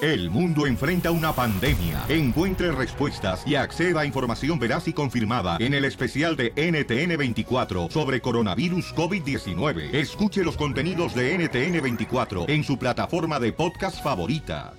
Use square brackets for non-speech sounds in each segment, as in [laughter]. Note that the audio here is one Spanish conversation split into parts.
El mundo enfrenta una pandemia. Encuentre respuestas y acceda a información veraz y confirmada en el especial de NTN24 sobre coronavirus COVID-19. Escuche los contenidos de NTN24 en su plataforma de podcast favorita.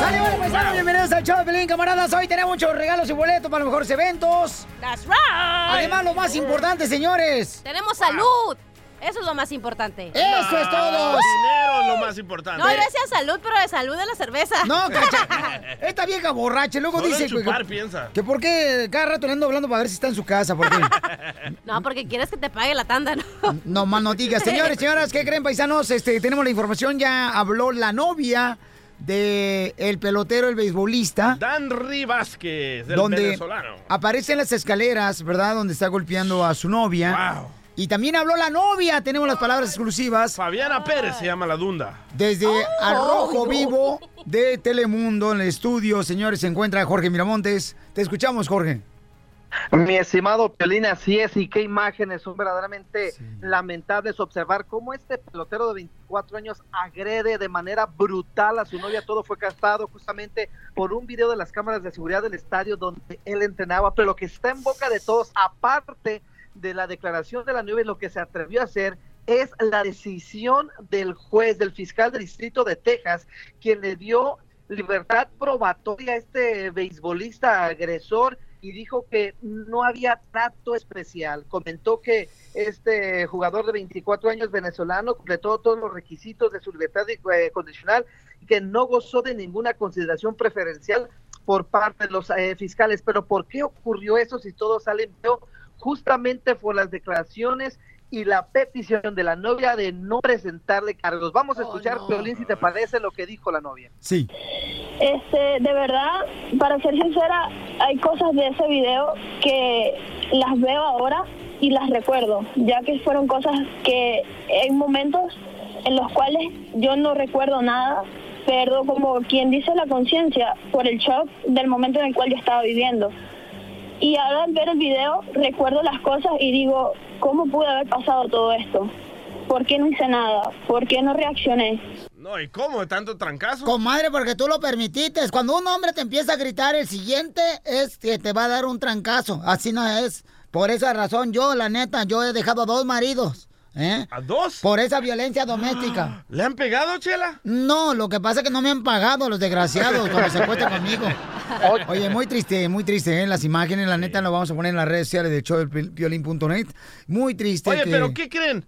Saludos, paisanos, pues, bienvenidos al show de Pelín, camaradas. Hoy tenemos muchos regalos y boletos para los mejores eventos. That's right. Además, lo más importante, señores. Tenemos salud. Eso es lo más importante. Eso es todo. Dinero es lo más importante. No, yo decía salud, pero de salud de la cerveza. [laughs] No, cacha. Esta vieja borracha luego Solo en dice chupar que, piensa. que por qué cada rato le ando hablando para ver si está en su casa. Porque [laughs] No, porque quieres que te pague la tanda, ¿no? no más no digas. Señores, señoras, ¿qué creen, paisanos? Este, tenemos la información. Ya habló la novia de el pelotero, el beisbolista. Dan Vázquez, el donde venezolano. aparecen las escaleras, ¿verdad? Donde está golpeando a su novia. Wow. Y también habló la novia, tenemos las palabras exclusivas Fabiana Ah. Pérez se llama la dunda. desde Arrojo Vivo de Telemundo en el estudio. Señores, se encuentra Jorge Miramontes. Te escuchamos, Jorge. Mi estimado Piolín, así es, y qué imágenes son verdaderamente Sí. lamentables observar cómo este pelotero de 24 años agrede de manera brutal a su novia. Todo fue captado justamente por un video de las cámaras de seguridad del estadio donde él entrenaba, pero lo que está en boca de todos, aparte de la declaración de la novia y lo que se atrevió a hacer, es la decisión del juez, del fiscal del distrito de Texas, quien le dio libertad probatoria a este beisbolista agresor y dijo que no había trato especial. Comentó que este jugador de 24 años venezolano completó todos los requisitos de su libertad eh, condicional y que no gozó de ninguna consideración preferencial por parte de los eh, fiscales. Pero ¿por qué ocurrió eso si todo sale peor? Justamente por las declaraciones y la petición de la novia de no presentarle cargos. Vamos a escuchar, Piolín, si te parece lo que dijo la novia. Sí. Este, de verdad, para ser sincera, hay cosas de ese video que las veo ahora y las recuerdo, ya que fueron cosas que en momentos en los cuales yo no recuerdo nada, pero como quien dice la conciencia por el shock del momento en el cual yo estaba viviendo. Y ahora al ver el video recuerdo las cosas y digo, ¿cómo pude haber pasado todo esto? ¿Por qué no hice nada? ¿Por qué no reaccioné? No, ¿y cómo? ¿De tanto trancazo? Comadre, porque tú lo permitiste. Cuando un hombre te empieza a gritar, el siguiente es que te va a dar un trancazo. Así no es. Por esa razón, yo, la neta, yo he dejado a dos maridos. ¿eh? ¿A dos? Por esa violencia doméstica. [gasps] ¿Le han pegado, Chela? No, lo que pasa es que no me han pagado los desgraciados cuando [laughs] se cuesta conmigo. [laughs] Oye, muy triste, muy triste, ¿eh? Las imágenes, la neta, lo vamos a poner en las redes sociales de showpiolín.net. Muy triste. Oye, que- Eh. ¿pero qué creen?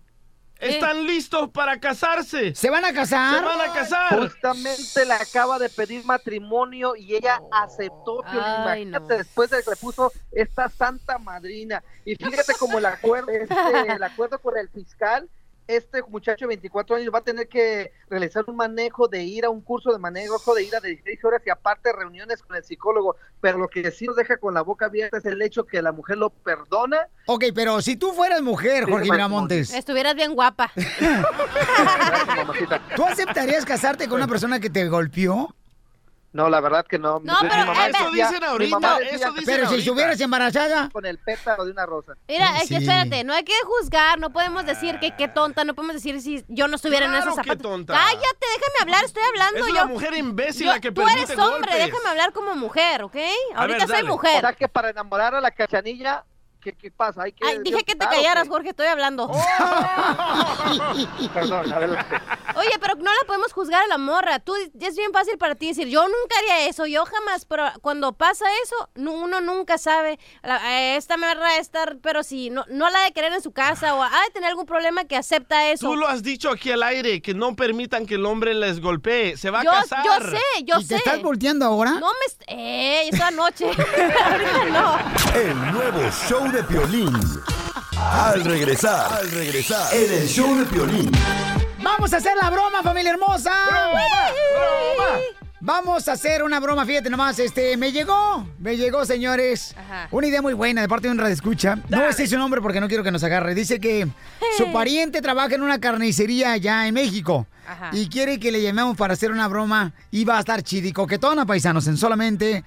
¿Están listos para casarse? ¿Se van a ¡Se casar? van a casar! Justamente le acaba de pedir matrimonio y ella aceptó. Piolín. Ay, Imagínate no. después de que le puso esta santa madrina. Y fíjate como el acuerdo, [laughs] este, el acuerdo con el fiscal, este muchacho de 24 años va a tener que realizar un manejo de ira, un curso de manejo de ira de 16 horas y aparte reuniones con el psicólogo. Pero lo que sí nos deja con la boca abierta es el hecho que la mujer lo perdona. Ok, pero si tú fueras mujer, Sí, Jorge matrimonio. Miramontes, Estuvieras bien guapa. Gracias, mamacita. ¿tú aceptarías casarte con una persona que te golpeó? No, la verdad que no. No, Mi- mi pero, mamá eh, ve- Eso decía- dicen mi ahorita, mamá decía eso que dicen Pero si ahorita. estuvieras embarazada. con el pétalo de una rosa. Mira, es Sí. que espérate, no hay que juzgar, no podemos decir que qué tonta, no podemos decir si yo no estuviera en Claro esos que zapatos. tonta. Cállate, déjame hablar, estoy hablando Es yo. una mujer imbécil Yo- la que tú permite eres hombre, golpes. déjame hablar como mujer, ¿ok? Ahorita ver, soy dale. O mujer. sea que para enamorar a la cachanilla, ¿qué, qué pasa? Hay que Ay, dije que te claro callaras, que- Jorge, estoy hablando. Oh, Perdón, adelante. Oye, pero no la podemos juzgar a la morra. Tú es bien fácil para ti decir, yo nunca haría eso, yo jamás, pero cuando pasa eso, nu- uno nunca sabe. La- eh, esta merra estar, pero si no, no la ha de querer en su casa o ha de tener algún problema que acepta eso. Tú lo has dicho aquí al aire, que no permitan que el hombre les golpee. Se va yo, a casar. yo sé, yo ¿Y sé. te estás volteando ahora? No me... est- ¡Eh! Eso [laughs] anoche. Ahorita no. El nuevo show de Piolín. Al regresar, al regresar, en el show de Piolín. Vamos a hacer la broma, familia hermosa. Vamos a hacer una broma, fíjate nomás, este, me llegó, me llegó, señores, Ajá. una idea muy buena de parte de un radioescucha. No voy a decir su nombre porque no quiero que nos agarre. Dice que su pariente trabaja en una carnicería allá en México Ajá. y quiere que le llamemos para hacer una broma y va a estar chidi coquetona, paisanos, en solamente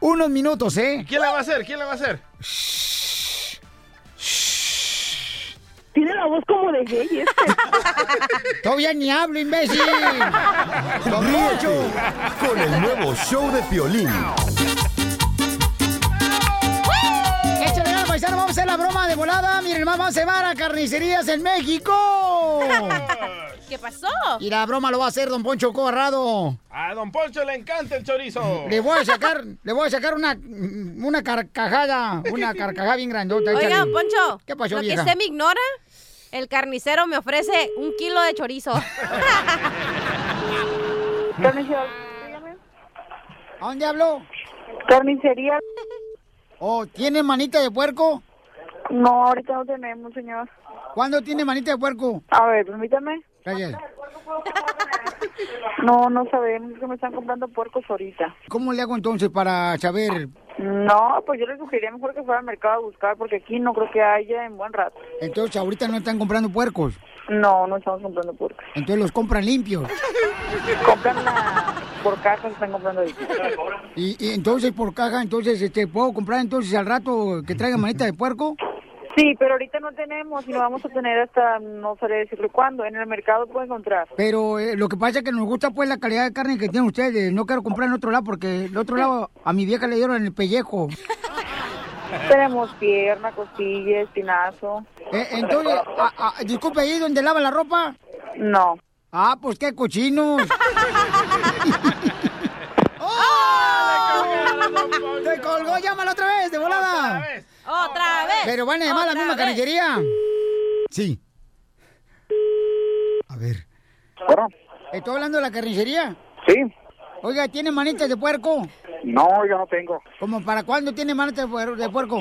unos minutos, ¿eh? ¿Quién la va a hacer? ¿Quién la va a hacer? Tiene la voz como de gay este. [laughs] Todavía ni hablo, imbécil. Don Ríete Poncho. con el nuevo show de Piolín. Échale ganas, paisano. Vamos a hacer la broma de volada. Miren, más vamos a llevar a carnicerías [laughs] en México. ¿Qué pasó? Y la broma lo va a hacer don Poncho Corrado. A don Poncho le encanta el chorizo. Le voy a sacar, le voy a sacar una, una carcajada, una carcajada bien grandota. Oiga, échale. don Poncho, ¿Qué pasó, lo que vieja? usted me ignora, el carnicero me ofrece un kilo [laughs] de chorizo. Carnicería. ¿A dónde habló? Carnicería. Oh, ¿tiene manita de puerco? No, ahorita no tenemos, señor. ¿Cuándo tiene manita de puerco? A ver, permítame. Gracias. No, no sabemos, es que me están comprando puercos ahorita. ¿Cómo le hago entonces para saber? No, pues yo les sugeriría mejor que fuera al mercado a buscar, porque aquí no creo que haya en buen rato. Entonces, ahorita no están comprando puercos. No, no estamos comprando puercos. Entonces los compran limpios. Compran la... por cajas, están comprando ahorita. Y, y entonces por caja, entonces este, puedo comprar entonces al rato que traiga manita de puerco. Sí, pero ahorita no tenemos y no vamos a tener hasta, no sabré decirle cuándo, en el mercado puedo encontrar. Pero eh, lo que pasa es que nos gusta pues la calidad de carne que tienen ustedes. No quiero comprar en otro lado porque el otro lado a mi vieja le dieron el pellejo. Tenemos pierna, costilla, espinazo. Eh, entonces, a- a- disculpe ahí donde lava la ropa. No. Ah, pues qué cochinos. [laughs] ¡Te ¡Oh! colgó! ¡Llámala otra vez, de volada! ¡Otra vez! Pero van a llamar a la otra misma vez. carnicería. Sí. A ver. Bueno, ¿Estoy hablando de la carnicería? sí. Oiga, ¿tiene manitas de puerco? No, yo no tengo. ¿Como para cuándo tiene manitas de puer- de puerco?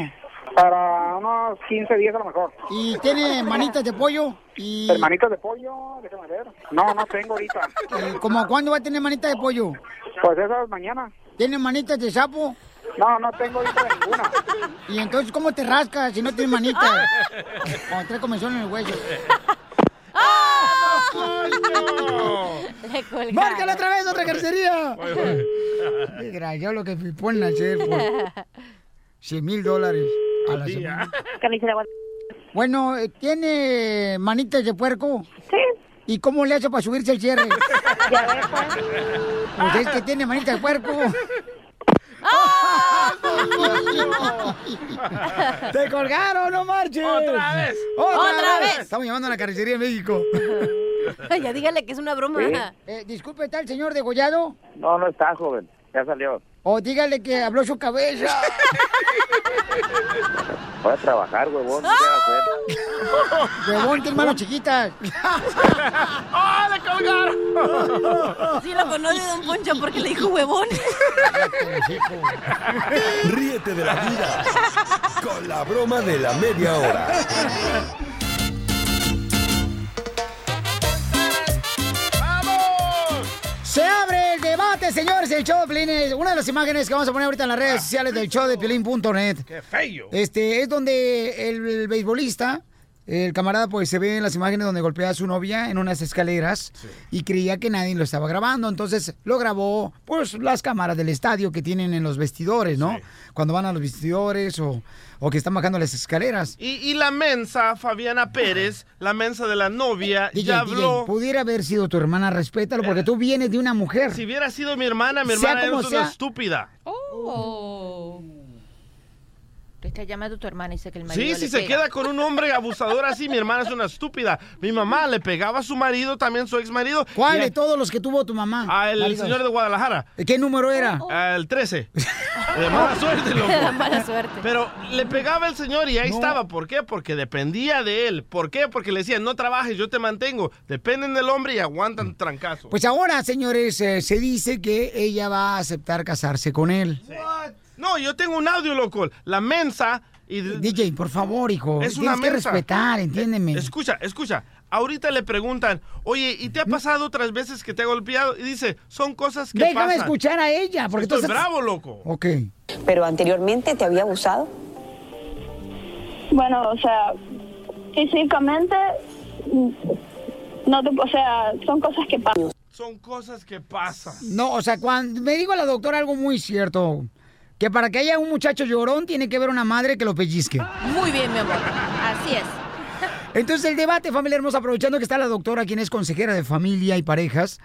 Para unos 15 días a lo mejor. ¿Y tiene manitas de pollo? ¿Y Hermanitas de pollo, déjame ver. No, no tengo ahorita. y como cuándo va Eh, a tener manitas de pollo? Pues esas mañana. ¿Tiene manitas de sapo? No, no tengo ahorita ninguna. ¿Y entonces cómo te rascas si no tienes Ah. manitas? Ah. Con tres comezón en el hueso. [laughs] Le colgaron. ¡Márcala otra vez, otra carnicería! Desgraciado lo que me ponen a hacer pues. por 100 mil dólares a la semana. Carnicería. Guad- Bueno, eh, ¿tiene manitas de puerco? Sí, ¿Y cómo le hace para subirse el cierre? ya ves, pues. Pues es que tiene manitas de puerco. Ah. ¡Te colgaron, no marches! ¡Otra vez! ¡Otra vez! Estamos llamando a la carnicería de México. [laughs] ya dígale que es una broma. Eh, disculpe, ¿está el señor degollado? [laughs] No, no está, joven. Ya salió. O dígale que habló [laughs] su cabeza. Voy a trabajar, huevón. ¿Qué voy a hacer? Huevón, tiene manos chiquitas. ¡Ah, le colgaron! Sí lo conoce Don Poncho porque le dijo huevón. Ríete de la vida con la broma de la media hora. ¡Vamos! Se abre el debate, señores. El show de Piolín es una de las imágenes que vamos a poner ahorita en las Ah. redes sociales del show de Piolín.net. ¡Qué feo! Este, es donde el, el beisbolista, el camarada, pues se ve en las imágenes donde golpea a su novia en unas escaleras y creía que nadie lo estaba grabando. Entonces lo grabó, pues, las cámaras del estadio que tienen en los vestidores, ¿no? Cuando van a los vestidores o, o que están bajando las escaleras. Y, y la mensa, Fabiana Pérez, la mensa de la novia, DJ, ya DJ, habló. pudiera haber sido tu hermana, respétalo, porque tú vienes de una mujer. Si hubiera sido mi hermana, mi Sea hermana como es una sea. estúpida. Oh. Le está llamando a tu hermana y dice que el marido Sí, le si se pega. queda con un hombre abusador así, mi hermana es una estúpida. Mi mamá le pegaba a su marido, también su ex marido. ¿Cuál de todos los que tuvo tu mamá? Al maridos? señor de Guadalajara, ¿Qué número era? al 13. De [laughs] mala suerte, loco. Mala suerte. Pero le pegaba el señor y ahí No. estaba. ¿Por qué? Porque dependía de él. ¿Por qué? Porque le decían, no trabajes, yo te mantengo. Dependen del hombre y aguantan trancazo. Pues ahora, señores, eh, se dice que ella va a aceptar casarse con él. No, yo tengo un audio, loco. La mensa y... DJ, Eh, por favor, hijo. Es una Tienes que mensa. Eh, respetar, entiéndeme. Escucha, escucha. Ahorita le preguntan, oye, ¿y te ha pasado otras veces que te ha golpeado? Y dice, son cosas que Déjame pasan. escuchar a ella, porque Estoy tú estás- bravo, loco. Ok. Pero anteriormente te había abusado. Bueno, o sea, físicamente, mm, no te, o sea, son cosas que pasan. Son cosas que pasan. No, o sea, cuando me dijo la doctora algo muy cierto. Que para que haya un muchacho llorón tiene que haber una madre que lo pellizque. Muy bien, mi amor. Así es. Entonces el debate, familia hermosa, aprovechando que está la doctora, quien es consejera de familia y parejas,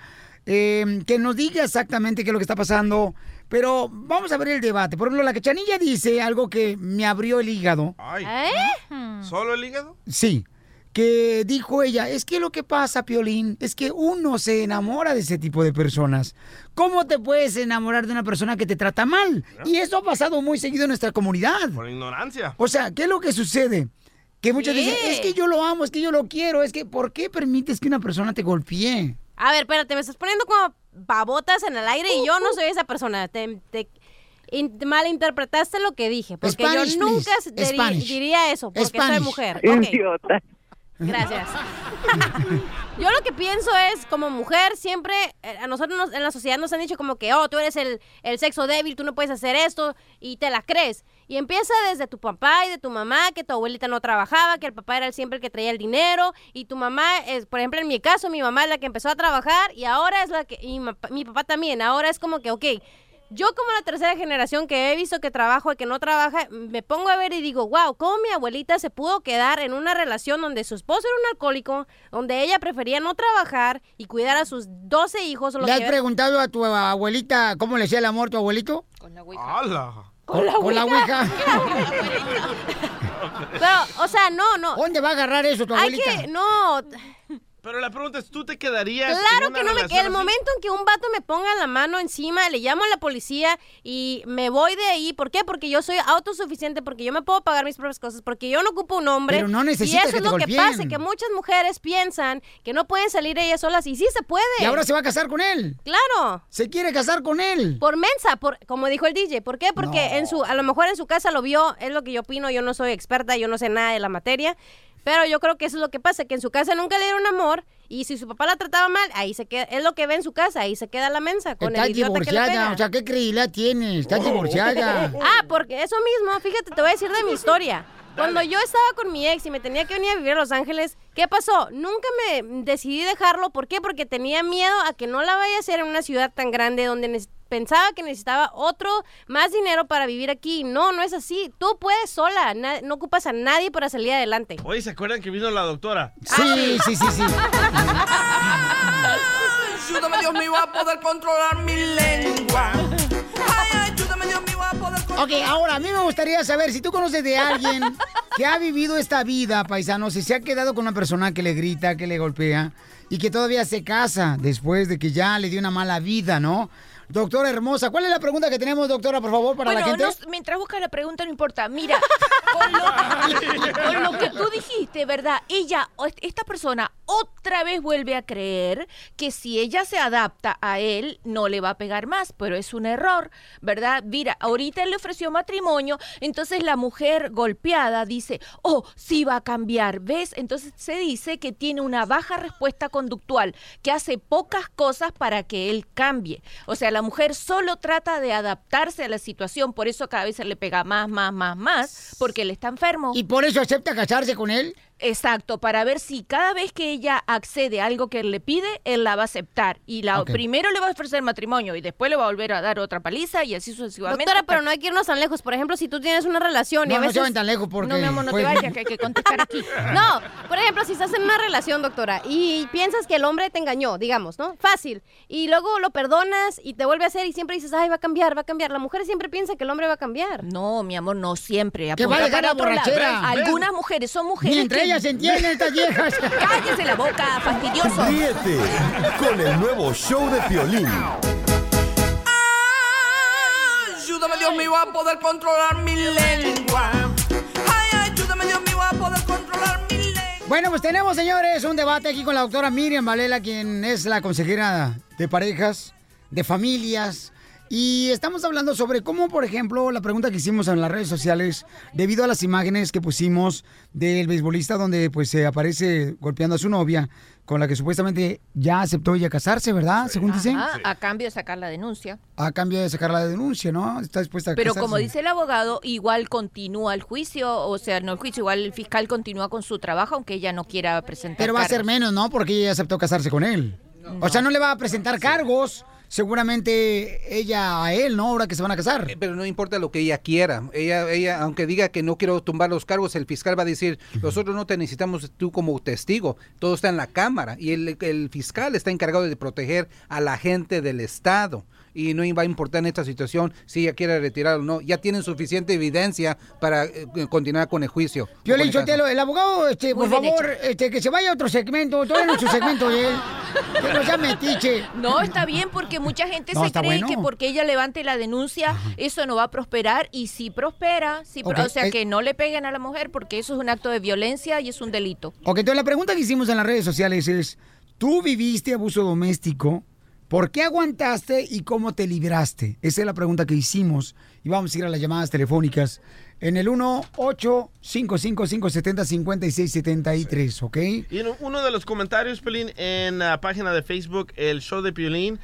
eh, que nos diga exactamente qué es lo que está pasando. Pero vamos a ver el debate. Por ejemplo, la cachanilla dice algo que me abrió el hígado. Ay. ¿Eh? ¿Solo el hígado? Sí, que dijo ella, es que lo que pasa, Piolín, es que uno se enamora de ese tipo de personas. ¿Cómo te puedes enamorar de una persona que te trata mal? Y eso ha pasado muy seguido en nuestra comunidad. Por ignorancia. O sea, ¿qué es lo que sucede? Que muchos Sí. dicen, es que yo lo amo, es que yo lo quiero, es que ¿por qué permites que una persona te golpee? A ver, espérate, me estás poniendo como babotas en el aire y yo no soy esa persona. Te, te in- malinterpretaste lo que dije. Porque Spanish, yo nunca please. diri- Spanish. diría eso, porque Spanish. soy mujer. Ok. Idiota. Gracias. Yo lo que pienso es, como mujer, siempre eh, a nosotros nos- en la sociedad nos han dicho como que, oh, tú eres el, el sexo débil, tú no puedes hacer esto, y te la crees. Y empieza desde tu papá y de tu mamá, que tu abuelita no trabajaba, que el papá era el siempre el que traía el dinero, y tu mamá, es, por ejemplo, en mi caso, mi mamá es la que empezó a trabajar, y ahora es la que, y ma- mi papá también, ahora es como que, ok, yo como la tercera generación que he visto que trabajo y que no trabaja, me pongo a ver y digo, wow, cómo mi abuelita se pudo quedar en una relación donde su esposo era un alcohólico, donde ella prefería no trabajar y cuidar a sus 12 hijos. o lo ¿Le has que- preguntado a tu abuelita cómo le hacía el amor a tu abuelito? ¡Hala! Con la Con la ouija. Pero, o sea, no, no. ¿Dónde va a agarrar eso tu abuelita? Hay que, no, Pero la pregunta es, ¿tú te quedarías en Claro una que no me relación El así? momento en que un vato me ponga la mano encima, le llamo a la policía y me voy de ahí. ¿Por qué? Porque yo soy autosuficiente, porque yo me puedo pagar mis propias cosas, porque yo no ocupo un hombre. Pero no necesitas Y eso que es te lo que golpeen. pasa, que muchas mujeres piensan que no pueden salir ellas solas y sí se puede. Y ahora se va a casar con él. Claro. Se quiere casar con él. Por mensa, por, como dijo el DJ. ¿Por qué? Porque en su, a lo mejor en su casa lo vio, es lo que yo opino, yo no soy experta, yo no sé nada de la materia. Pero yo creo que eso es lo que pasa, que en su casa nunca le dieron amor y si su papá la trataba mal, ahí se queda, es lo que ve en su casa, ahí se queda la mensa con Está el idiota que le divorciada, pega. o sea, ¿qué credibilidad tienes? Oh. Está divorciada. [laughs] Ah, porque eso mismo, fíjate, te voy a decir de mi historia. Cuando yo estaba con mi ex y me tenía que venir a vivir a Los Ángeles, ¿qué pasó? Nunca me decidí dejarlo. ¿Por qué? Porque tenía miedo a que no la vaya a hacer en una ciudad tan grande donde neces- pensaba que necesitaba otro, más dinero para vivir aquí. No, no es así. Tú puedes sola. na- no ocupas a nadie para salir adelante. Oye, ¿se acuerdan que vino la doctora? Sí, sí, sí, sí. Ayúdame, Dios mío, a poder controlar mi lengua. Ay, ayúdame, Dios mío, a poder controlar. Ok, ahora a mí me gustaría saber si tú conoces de alguien que ha vivido esta vida, paisano, si se ha quedado con una persona que le grita, que le golpea y que todavía se casa después de que ya le dio una mala vida, ¿no? Doctora hermosa, ¿cuál es la pregunta que tenemos, doctora, por favor, para bueno, la gente? no- mientras buscas la pregunta no importa. Mira, con lo, con lo que tú dijiste, ¿verdad? Ella, o est- esta persona, otra vez vuelve a creer que si ella se adapta a él, no le va a pegar más, pero es un error, ¿verdad? Mira, ahorita él le ofreció matrimonio, entonces la mujer golpeada dice, oh, sí va a cambiar, ¿ves? Entonces se dice que tiene una baja respuesta conductual, que hace pocas cosas para que él cambie. O sea, la mujer solo trata de adaptarse a la situación, por eso cada vez se le pega más, más, más, más, porque él está enfermo. ¿Y por eso acepta casarse con él? Exacto, para ver si cada vez que ella accede a algo que él le pide, él la va a aceptar. Y la, Ok. primero le va a ofrecer matrimonio y después le va a volver a dar otra paliza y así sucesivamente. Doctora, pero no hay que irnos tan lejos. Por ejemplo, si tú tienes una relación y No, a no se veces... vayan tan lejos porque, No, mi amor, no te pues- vayas, que hay que contestar aquí. No, por ejemplo, si estás en una relación, doctora, y piensas que el hombre te engañó, digamos, ¿no? Fácil. Y luego lo perdonas y te vuelve a hacer y siempre dices, ay, va a cambiar, va a cambiar. La mujer siempre piensa que el hombre va a cambiar. No, mi amor, no siempre. Que va a Apunta dejar para la otro lado. borrachera. Ven, ven. Algunas mujeres son mujeres. Ni entre ellas se entienden estas viejas. [laughs] Cállese la boca, fastidioso. Ríete con el nuevo show de Piolín. Ayúdame, Dios mío, a poder controlar mi lengua. Ay, ayúdame, Dios mío, a poder controlar mi Bueno, pues tenemos, señores, un debate aquí con la doctora Miriam Valela, quien es la consejera de parejas, de familias. Y estamos hablando sobre cómo, por ejemplo, la pregunta que hicimos en las redes sociales, debido a las imágenes que pusimos del beisbolista donde pues se aparece golpeando a su novia, con la que supuestamente ya aceptó ella casarse, ¿verdad? Según dicen. Ajá, Ah, a cambio de sacar la denuncia. A cambio de sacar la denuncia, ¿no? Está dispuesta a Pero casarse. como dice el abogado, igual continúa el juicio, o sea, no el juicio, igual el fiscal continúa con su trabajo, aunque ella no quiera presentar. Pero va a ser cargos. menos, ¿no? Porque ella aceptó casarse con él. O sea, no le va a presentar cargos, seguramente ella a él, ¿no? Ahora que se van a casar. Eh, Pero no importa lo que ella quiera. Ella, ella, aunque diga que no quiero tumbar los cargos, el fiscal va a decir, nosotros no te necesitamos tú como testigo. Todo está en la Cámara. Y el, el fiscal está encargado de proteger a la gente del Estado. Y no va a importar en esta situación si ella quiere retirar o no. Ya tienen suficiente evidencia para eh, continuar con el juicio. Yo Con le el dicho, caso. el abogado, este, Muy por bien favor, este, que se vaya a otro segmento, todavía no es su segmento [laughs] de él. Que no sea metiche. [laughs] No, está bien porque mucha gente No, se está cree bueno. que porque ella levante la denuncia eso no va a prosperar y sí prospera, sí, pro- Ok, o sea eh. que no le peguen a la mujer porque eso es un acto de violencia y es un delito. Ok, entonces la pregunta que hicimos en las redes sociales es, ¿tú viviste abuso doméstico? ¿Por qué aguantaste y cómo te libraste? Esa es la pregunta que hicimos y vamos a ir a las llamadas telefónicas en el 1 855 570 5673 ¿ok? Y en uno de los comentarios, Piolín, en la página de Facebook, el show de Piolín,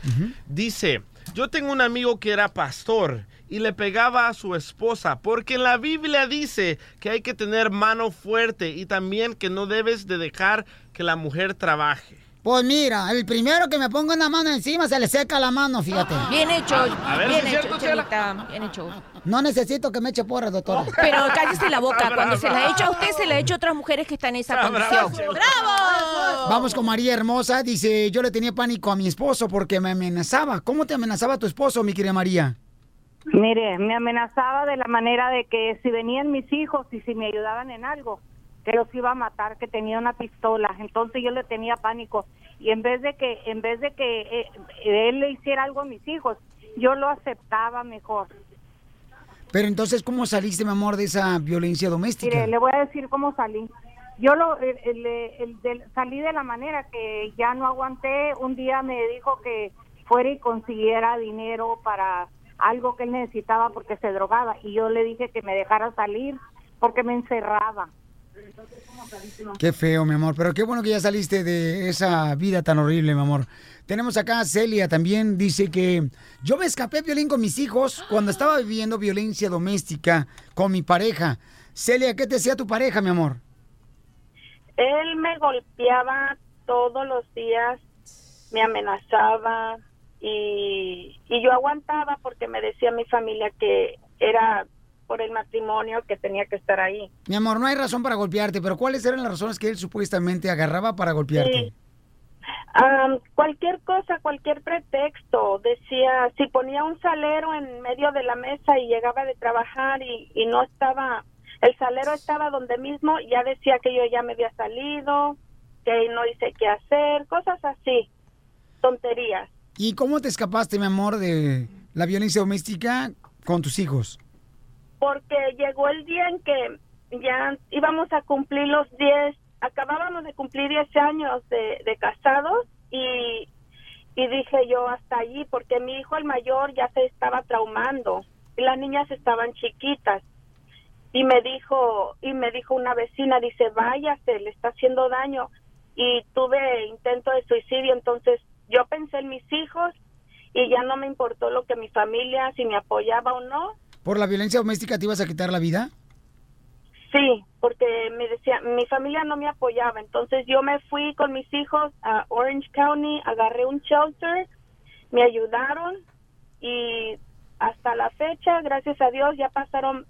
dice, yo tengo un amigo que era pastor y le pegaba a su esposa, porque en la Biblia dice que hay que tener mano fuerte y también que no debes de dejar que la mujer trabaje. Pues mira, el primero que me ponga una mano encima se le seca la mano, fíjate. Bien hecho, A ver si bien es hecho, cierto, Chela. Chelita, bien hecho. No necesito que me eche porra, doctora. Pero cállese la boca, cuando se la ha hecho a usted, se la ha hecho a otras mujeres que están en esa condición. ¡Bravo! Vamos con María Hermosa, dice, yo le tenía pánico a mi esposo porque me amenazaba. ¿Cómo te amenazaba tu esposo, mi querida María? Mire, me amenazaba de la manera de que si venían mis hijos y si me ayudaban en algo, que los iba a matar, que tenía una pistola. Entonces yo le tenía pánico y en vez de que en vez de que eh, él le hiciera algo a mis hijos, yo lo aceptaba mejor. Pero entonces, ¿cómo saliste, mi amor, de esa violencia doméstica? Mire, le voy a decir cómo salí. Yo lo, el- el- el del- salí de la manera que ya no aguanté. Un día me dijo que fuera y consiguiera dinero para algo que él necesitaba porque se drogaba. Y yo le dije que me dejara salir porque me encerraba. Qué feo, mi amor, pero qué bueno que ya saliste de esa vida tan horrible, mi amor. Tenemos acá a Celia también, dice que yo me escapé violín con mis hijos cuando estaba viviendo violencia doméstica con mi pareja. Celia, ¿qué te decía tu pareja, mi amor? Él me golpeaba todos los días, me amenazaba y, y yo aguantaba porque me decía mi familia que era por el matrimonio que tenía que estar ahí. Mi amor, no hay razón para golpearte, pero ¿cuáles eran las razones que él supuestamente agarraba para golpearte? Am, cualquier cosa, cualquier pretexto, decía, si ponía un salero en medio de la mesa y llegaba de trabajar y, y no estaba, el salero estaba donde mismo, ya decía que yo ya me había salido, que no hice qué hacer, cosas así, tonterías. ¿Y cómo te escapaste, mi amor, de la violencia doméstica con tus hijos? porque llegó el día en que ya íbamos a cumplir los 10, acabábamos de cumplir 10 años de, de casados y, y dije yo hasta allí, porque mi hijo el mayor ya se estaba traumando y las niñas estaban chiquitas. Y me dijo, y me dijo una vecina, dice, váyase, le está haciendo daño. Y tuve intento de suicidio, entonces yo pensé en mis hijos y ya no me importó lo que mi familia, si me apoyaba o no, ¿Por la violencia doméstica te ibas a quitar la vida? Sí, porque me decía, mi familia no me apoyaba, entonces yo me fui con mis hijos a Orange County, agarré un shelter, me ayudaron y hasta la fecha, gracias a Dios, ya pasaron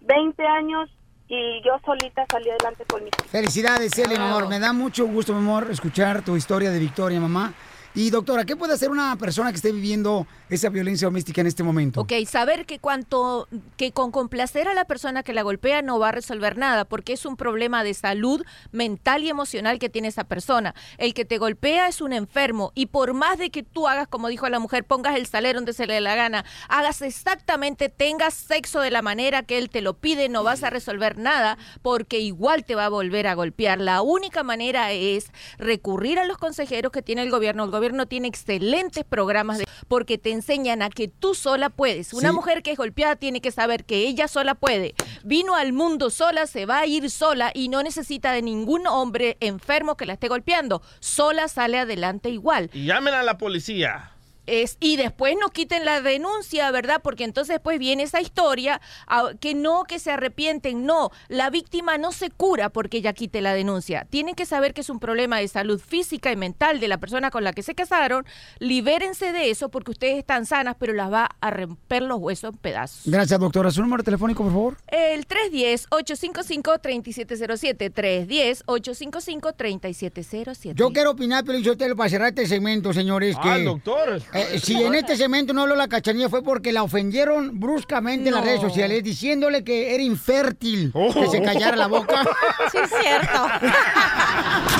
20 años y yo solita salí adelante con mis hijos. Felicidades, Celia, mi amor. Me da mucho gusto, mi amor, escuchar tu historia de victoria, mamá. Y doctora, ¿qué puede hacer una persona que esté viviendo esa violencia doméstica en este momento? Ok, saber que cuanto que con complacer a la persona que la golpea no va a resolver nada, porque es un problema de salud mental y emocional que tiene esa persona. El que te golpea es un enfermo y por más de que tú hagas, como dijo la mujer, pongas el salero donde se le dé la gana, hagas exactamente, tengas sexo de la manera que él te lo pide, no vas a resolver nada, porque igual te va a volver a golpear. La única manera es recurrir a los consejeros que tiene el gobierno. El gobierno tiene excelentes programas de- porque te enseñan a que tú sola puedes. Una Sí. mujer que es golpeada tiene que saber que ella sola puede. Vino al mundo sola, se va a ir sola y no necesita de ningún hombre enfermo que la esté golpeando. Sola sale adelante igual. Y llamen a la policía. Es, y después nos quiten la denuncia, ¿verdad? Porque entonces después viene esa historia ah, que no, que se arrepienten, no, la víctima no se cura porque ella quite la denuncia. Tienen que saber que es un problema de salud física y mental de la persona con la que se casaron. Libérense de eso porque ustedes están sanas, pero las va a romper los huesos en pedazos. Gracias, doctora. ¿Su número telefónico, por favor? El 310-855-3707. 310-855-3707. [laughs] Yo quiero opinar, pero yo te para cerrar este segmento, señores. Ah, que, doctor. eh, si en este segmento no habló la cachanilla fue porque la ofendieron bruscamente en las No. Oh. redes sociales diciéndole que era infértil, que se callara la [laughs] boca. Sí, es cierto.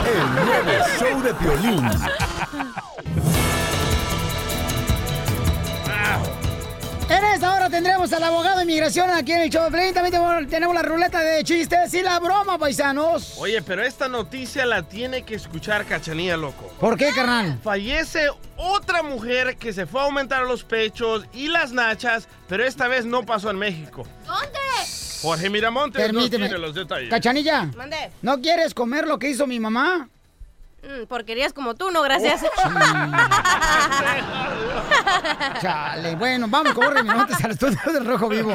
El nuevo show de Piolín. En esta hora tendremos al abogado de inmigración aquí en el show. de Piolín. También tenemos- tenemos la ruleta de chistes y la broma, paisanos. Oye, pero esta noticia la tiene que escuchar Cachanía, loco. ¿Por qué, carnal? Fallece otra mujer que se fue a aumentar los pechos y las nachas, pero esta vez no pasó en México. ¿Dónde? Jorge Miramontes nos Permíteme. tiene los detalles. Cachanilla, Mande. ¿no quieres comer lo que hizo mi mamá? Mm, porquerías como tú, no, gracias. [laughs] Chale, bueno, vamos, corre, mi a los tontos del rojo vivo.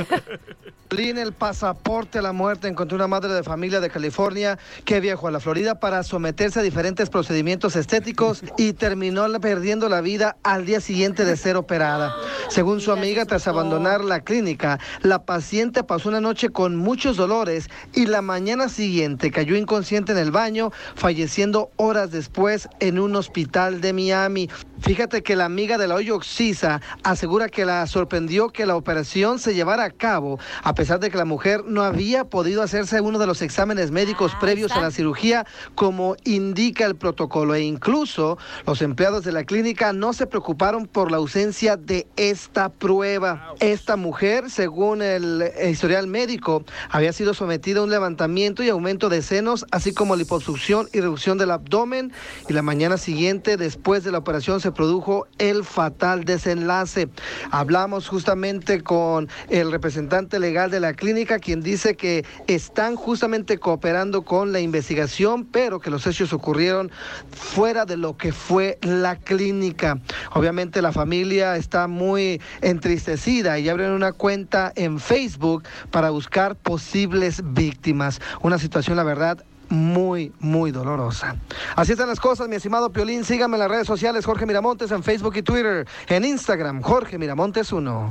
Lin, el pasaporte a la muerte, encontró una madre de familia de California que viajó a la Florida para someterse a diferentes procedimientos estéticos y terminó la- perdiendo la vida al día siguiente de ser operada. Según su amiga, tras abandonar la clínica, la paciente pasó una noche con muchos dolores y la mañana siguiente cayó inconsciente en el baño, falleciendo horas después en un hospital de Miami. Fíjate que la amiga de la hoyo Oxisa asegura que la sorprendió que la operación se llevara a cabo, a pesar de que la mujer no había podido hacerse uno de los exámenes médicos previos a la cirugía, como indica el protocolo. E incluso los empleados de la clínica no se preocuparon por la ausencia de esta prueba. Esta mujer, según el historial médico, había sido sometida a un levantamiento y aumento de senos, así como liposucción y reducción del abdomen. Y la mañana siguiente, después de la operación, se produjo el fatal desenlace. Hablamos justamente con el representante legal de la clínica, quien dice que están justamente cooperando con la investigación, pero que los hechos ocurrieron fuera de lo que fue la clínica. Obviamente la familia está muy entristecida y abren una cuenta en Facebook para buscar posibles víctimas. Una situación, la verdad, muy, muy dolorosa. Así están las cosas, mi estimado Piolín. Sígame en las redes sociales, Jorge Miramontes, en Facebook y Twitter. En Instagram, Jorge Miramontes 1.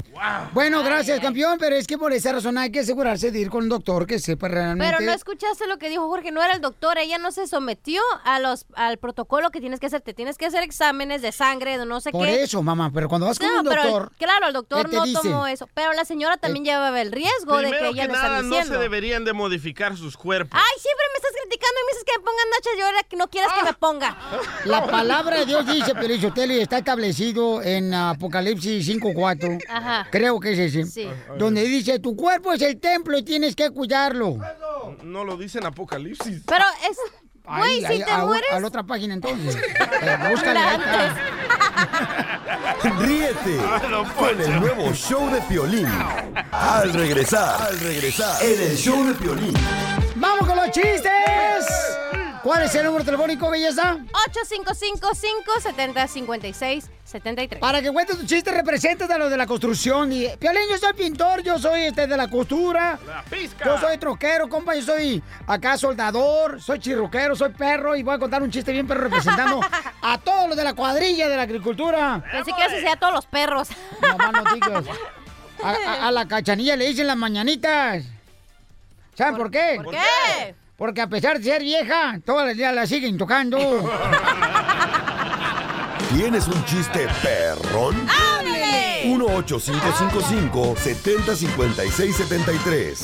Bueno, gracias, campeón, pero es que por esa razón hay que asegurarse de ir con un doctor que sepa realmente. Pero no escuchaste lo que dijo Jorge, no era el doctor, ella no se sometió a los, al protocolo que tienes que hacer, te tienes que hacer exámenes de sangre, de no sé Por qué. eso, mamá, pero cuando vas con No, un pero el- doctor. claro, el doctor él te no dice. Eh, tomó eso, pero la señora también llevaba el riesgo de que Primero ella que le está nada, no se diciendo. deberían de modificar sus cuerpos. Ay, siempre me estás criticando y me dices que me pongan nachas, yo ahora que no quieras Ah. que me ponga. [laughs] La palabra de Dios dice, Pelichotelo, y está establecido en Apocalipsis 5.4. Ah, Ajá. Creo que es ese. Sí. Ah, Donde dice, tu cuerpo es el templo y tienes que cuidarlo. No lo dicen Apocalipsis. Pero es... Ahí, Güey, si ahí, te a, mueres... a la otra página entonces. Pero búscale ahí está. Ríete con el nuevo show de Piolín. Al regresar, al regresar, en el show de Piolín. ¡Vamos con los chistes! ¿Cuál es el número telefónico, belleza? 855-570-5673. Para que cuentes tu chiste, representas a los de la construcción. Y, Piolín, yo soy pintor, yo soy este de la costura. Yo soy troquero, compa, yo soy acá soldador, soy chirruquero, soy perro. Y voy a contar un chiste bien perro representando a todos los de la cuadrilla de la agricultura. Pensé que así sea a todos los perros. Mamá, no digas. A, a- a la cachanilla le dicen las mañanitas. ¿Saben por, qué? ¿Por qué? Porque a pesar de ser vieja, todas las días la siguen tocando. ¿Tienes un chiste perrón? 1-855-705673.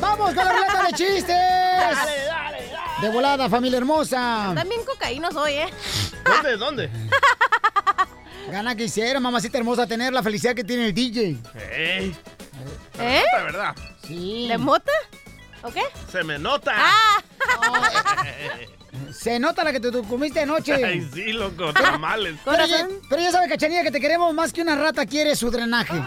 ¡Vamos con la ruleta de chistes! Dale, dale, De volada, familia hermosa. [laughs] También cocaínos hoy, ¿eh? ¿Dónde? ¿Dónde? [laughs] Gana quisiera, mamacita hermosa, tener la felicidad que tiene el DJ. Ey. ¿Eh? La verdad. Sí. ¿De mota? ¿O qué? Ah. Se me nota. [laughs] Se nota la que te tú comiste anoche. [laughs] Ay, sí, loco, tamales. Pero ya, pero [laughs] ya sabe, Cachanilla, que te queremos más que una rata quiere su drenaje.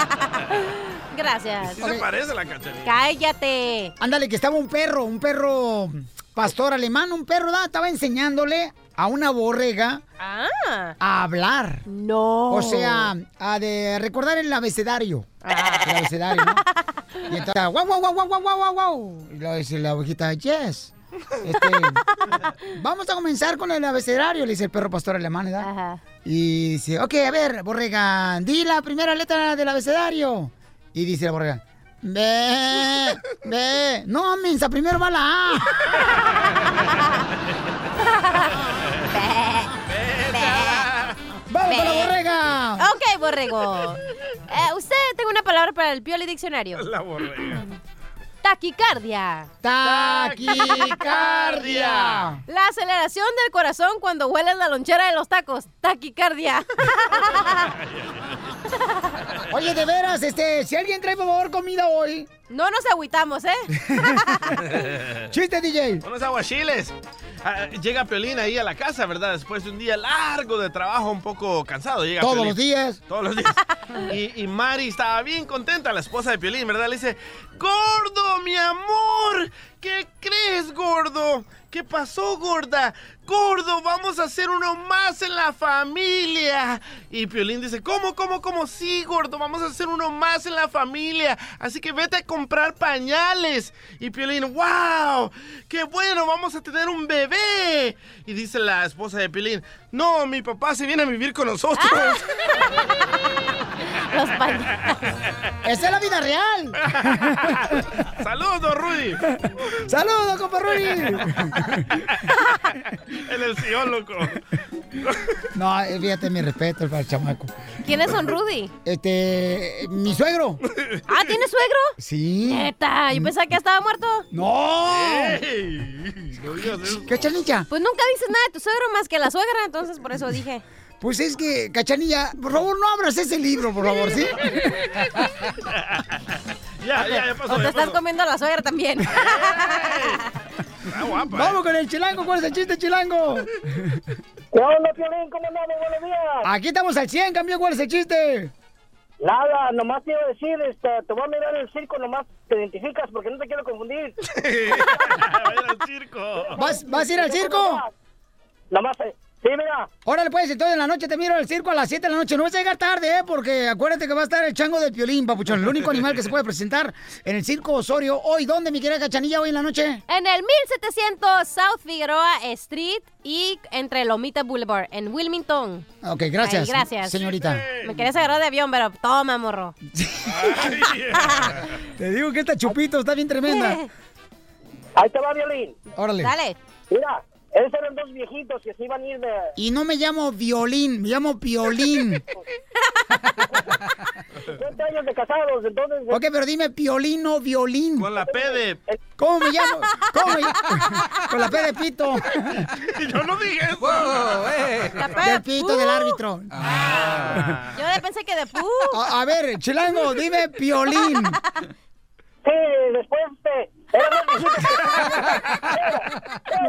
[laughs] gracias. Sí se parece a la cachanilla. Cállate. Ándale, que estaba un perro, un perro pastor alemán, un perro, ¿da? estaba enseñándole a una borrega Ah. a hablar. No. O sea, a de recordar el abecedario. El abecedario, ¿no? Y entonces, ah, guau, guau, guau, guau, guau, guau, guau, guau. Y lo dice la ovejita, yes. Este, vamos a comenzar con el abecedario, le dice el perro pastor alemán, ¿verdad? Y dice, ok, a ver, borrega, di la primera letra del abecedario. Y dice la borrega, ve, ve. No, mensa, primero va la A. ¡Vamos con la borrega! Ok, [laughs] borrego. Eh, usted, tengo una palabra para el Pioli Diccionario. La borrega. Taquicardia. Taquicardia. La aceleración del corazón cuando hueles la lonchera de los tacos. Taquicardia. [laughs] Oye, de veras, este, si alguien trae por favor comida hoy. No nos agüitamos, [laughs] ¿eh? Chiste, DJ. Unos aguachiles. Ah, llega Piolín ahí a la casa, ¿verdad? Después de un día largo de trabajo, un poco cansado. Llega Todos Piolín. los días. Todos los días. Y, y Mari estaba bien contenta, la esposa de Piolín, ¿verdad? Le dice, gordo, mi amor, ¿qué crees, gordo? ¿Qué pasó, gorda? Gordo, vamos a hacer uno más en la familia. Y Piolín dice, ¿cómo, cómo, cómo? Sí, gordo, vamos a hacer uno más en la familia. Así que vete a comprar pañales. Y Piolín, wow, qué bueno, vamos a tener un bebé. Y dice la esposa de Piolín, no, mi papá se viene a vivir con nosotros. Los [laughs] Esa es la vida real. [laughs] Saludos, Rudy. Saludos, [laughs] compa Rudy. En el sillón, loco. No, eh, fíjate, mi respeto para el chamaco. ¿Quiénes son Rudy? Este, eh, mi suegro. Ah, ¿tiene suegro? Sí. Neta, yo pensaba que ya estaba muerto. ¡No! ¿Qué Cachanilla? Pues nunca dices nada de tu suegro más que la suegra, entonces por eso [laughs] dije. Pues es que, Cachanilla, por favor, no abras ese libro, por favor, ¿sí? Ya, ya, ya pasó. o te ya estás pasó. comiendo a la suegra [laughs] también. Vamos con el chilango, ¿cuál es el chiste, chilango? ¿Qué onda, Piolín? ¿Cómo andamos? Buenos días. Aquí estamos al 100, cambio, ¿cuál es el chiste? Nada, nomás te iba a decir, este, te voy a mirar el circo, nomás te identificas porque no te quiero confundir. ¿Vas, vas a ir al circo? Nomás, eh, sí, mira. Órale, pues, entonces en la noche te miro al circo a las 7 de la noche. No vas a llegar tarde, ¿eh? Porque acuérdate que va a estar el chango de piolín, papuchón. El único animal que se puede presentar en el circo Osorio. Hoy, ¿dónde, mi querida Cachanilla, hoy en la noche? En el 1700 South Figueroa Street y entre Lomita Boulevard, en Wilmington. Ah, Ok, gracias. Ay, gracias. Señorita. Me querías agarrar de avión, pero toma, morro. Te digo que esta chupito está bien tremenda. [laughs] Ahí te va, Violín. [laughs] Órale. Dale. Mira, esos eran dos viejitos que se iban a ir de... Y no me llamo violín, me llamo [laughs] piolín. 50 años de casados, entonces... Ok, pero dime piolín o violín. Con la P de... ¿Cómo me llamo? ¿Cómo me llamo? [laughs] Con la P de [laughs] pito. Yo no dije eso. Del pito del árbitro. Yo pensé que de pu. [laughs] A, a ver, chilango, dime piolín. Sí, después este, era más viejito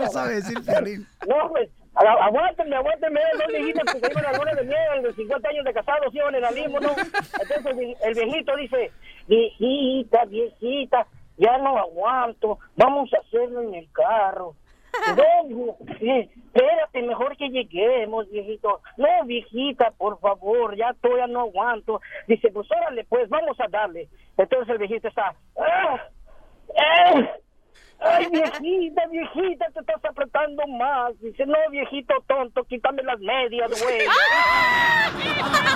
No sabe decir piolín. No, pues, a- aguántenme, aguántenme, dos viejitos que se iban a la luna de miel, de 50 años de casados, iban en la ¿no? Entonces el vie- el viejito dice, viejita, viejita, ya no aguanto, vamos a hacerlo en el [laughs] carro. No, vie- espérate, mejor que lleguemos, viejito. No, viejita, por favor, ya todavía no aguanto. Dice, pues órale, pues, vamos a darle. Entonces el viejito está, "Ah, eh, Ay, viejita, viejita, te estás apretando más. Dice, no, viejito tonto, quítame las medias, [laughs] güey. ¡Ah!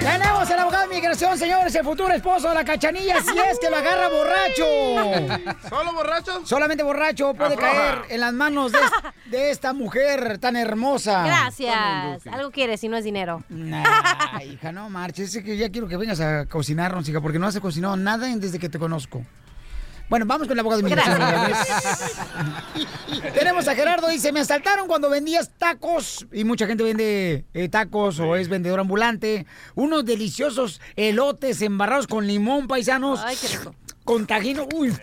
Tenemos el abogado de migración, señores, el futuro esposo de la cachanilla, si es que lo [laughs] agarra borracho. ¿Solo borracho? Solamente borracho puede Afloja. caer en las manos de, es- de esta mujer tan hermosa. Gracias. Algo quieres si no es dinero. Nah, hija, no marches. Es que ya quiero que vengas a cocinarnos, hija, porque no has cocinado nada en- desde que te conozco. Bueno, vamos con el abogado de migración. Gracias. Tenemos a Gerardo, dice, me asaltaron cuando vendías tacos. Y mucha gente vende eh, tacos o es vendedor ambulante. Unos deliciosos elotes embarrados con limón, paisanos. Con tajino, uy.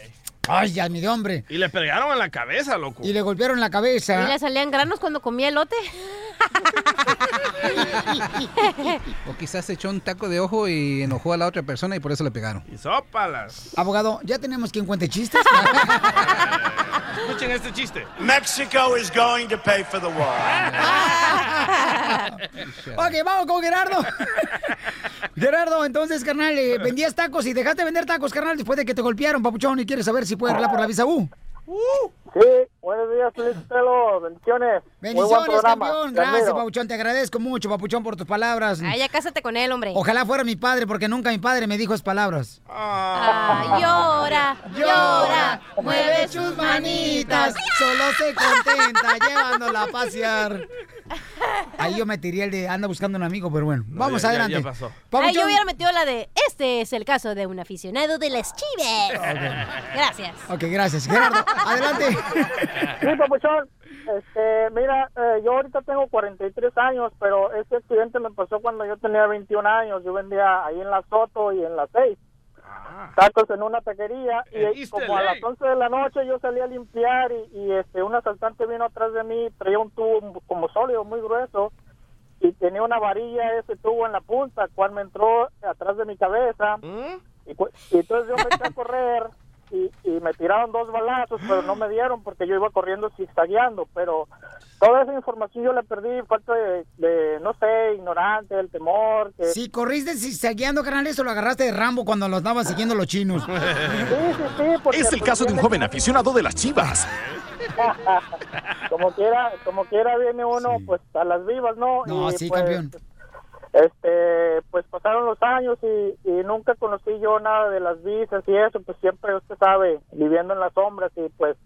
Ay, ya, mi de hombre. Y le pegaron en la cabeza, loco. Y le golpearon [laughs] [laughs] la ¿Y cabeza. le salían granos cuando comía elote? [laughs] O quizás se echó un taco de ojo y enojó a la otra persona y por eso le pegaron. Y sópalas. Abogado, ya tenemos quien cuente [laughs] chistes. Escuchen este chiste. Mexico is going to pay for the wall. ok, vamos con Gerardo. [laughs] Gerardo, entonces, carnal, eh, vendías tacos y dejaste de vender tacos, carnal, después de que te golpearon, papuchón, y quieres saber si puedes hablar por la visa U. Sí, buenos días, Felicitelo. Bendiciones. Muy buen Bendiciones, programa. campeón. Te admiro. Gracias, papuchón. Te agradezco mucho, papuchón, por tus palabras. Ay, ya cásate con él, hombre. Mm. Ojalá fuera mi padre, porque nunca mi padre me dijo esas palabras. Ah, llora, llora, mueve sus manitas. solo se contenta llevándola a pasear. Ahí yo me tiré el de anda buscando un amigo, pero bueno, vamos ya- ya- adelante. ya pasó. Papuchón. Ay, yo hubiera metido la de, este es el caso de un aficionado de las chives. Gracias. Ok, gracias. Gerardo, [laughs] adelante. Sí, papuchón. Este, mira, eh, yo ahorita tengo 43 años, pero este accidente me pasó cuando yo tenía 21 años. Yo vendía ahí en la Soto y en la 6. Tacos en una taquería En y East como a LA. las 11 de la noche yo salí a limpiar y, y, este un asaltante vino atrás de mí, traía un tubo como sólido muy grueso y tenía una varilla ese tubo en la punta, cual me entró atrás de mi cabeza. Y, cu- y entonces yo me eché a correr y, y me tiraron dos balazos, pero no me dieron porque yo iba corriendo zigzagueando. Pero toda esa información yo la perdí, falta de, de, no sé, ignorante, el temor. Que... [laughs] Si corriste zigzagueando, carnal, eso lo agarraste de Rambo cuando lo andaban siguiendo los chinos. Es pues el caso de un joven aficionado de las chivas. como quiera, como quiera viene uno pues a las vivas, ¿no? [laughs] No, sí, pues, campeón. Este, pues pasaron los años y, y nunca conocí yo nada de las visas y eso, pues siempre usted sabe, viviendo en las sombras y pues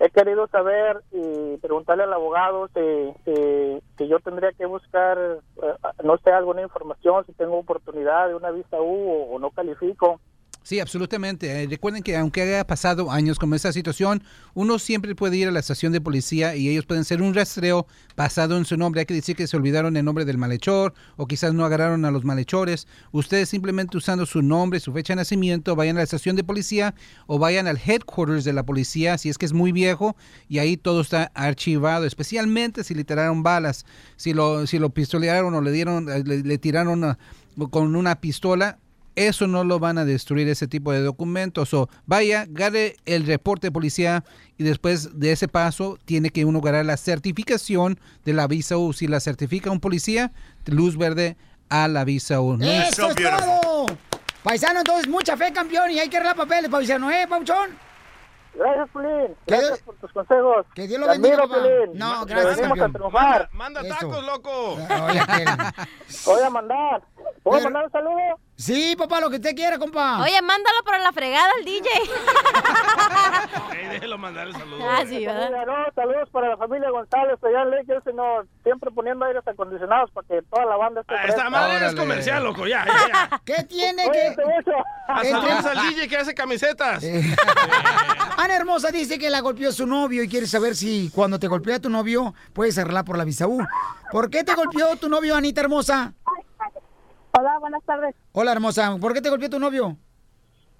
he querido saber y preguntarle al abogado si, si, si yo tendría que buscar, eh, no sé, alguna información, si tengo oportunidad de una visa U o- o no califico. Sí, absolutamente. Eh, Recuerden que aunque haya pasado años con esta situación, uno siempre puede ir a la estación de policía y ellos pueden hacer un rastreo basado en su nombre. Hay que decir que se olvidaron el nombre del malhechor o quizás no agarraron a los malhechores. Ustedes simplemente usando su nombre, su fecha de nacimiento, vayan a la estación de policía o vayan al headquarters de la policía si es que es muy viejo y ahí todo está archivado, especialmente si le tiraron balas, si lo, si lo pistolearon o le dieron, eh, le, le tiraron ah, con una pistola eso no lo van a destruir ese tipo de documentos. O vaya, gane el reporte de policía y después de ese paso tiene que uno ganar la certificación de la visa U. Si la certifica un policía, luz verde a la visa U. No es- ¡Eso es todo! Paisano, entonces, mucha fe, campeón, y hay que arreglar papeles, paisano, ¿eh, pauchón? Gracias, Pulín. Gracias por tus consejos. Que Dios lo Te bendiga, admiro, papá. Piolín. No, Nos gracias, venimos a campeón. triunfar. Manda tacos, loco. [laughs] Voy a mandar. ¿Puedo Pero- mandar un saludo? Sí, papá, lo que usted quiera, compa. Oye, mándalo para la fregada al DJ. Ey, déjelo mandar el saludo. Ah, sí, ¿verdad? No, saludos para la familia González allá en Lakers, sino siempre poniendo aires acondicionados para que toda la banda esté Esta Ah, madre es comercial, loco, ya, ya, [laughs] ya. ¿Qué tiene que...? Cuídense mucho. Ah, Saludos al DJ que hace camisetas. Eh. Ana Hermosa dice que la golpeó su novio y quiere saber si cuando te golpea tu novio puedes arreglar por la visa U. ¿Por qué te golpeó tu novio, Anita Hermosa? Hola, buenas tardes. Hola, Hermosa. ¿Por qué te golpeó tu novio?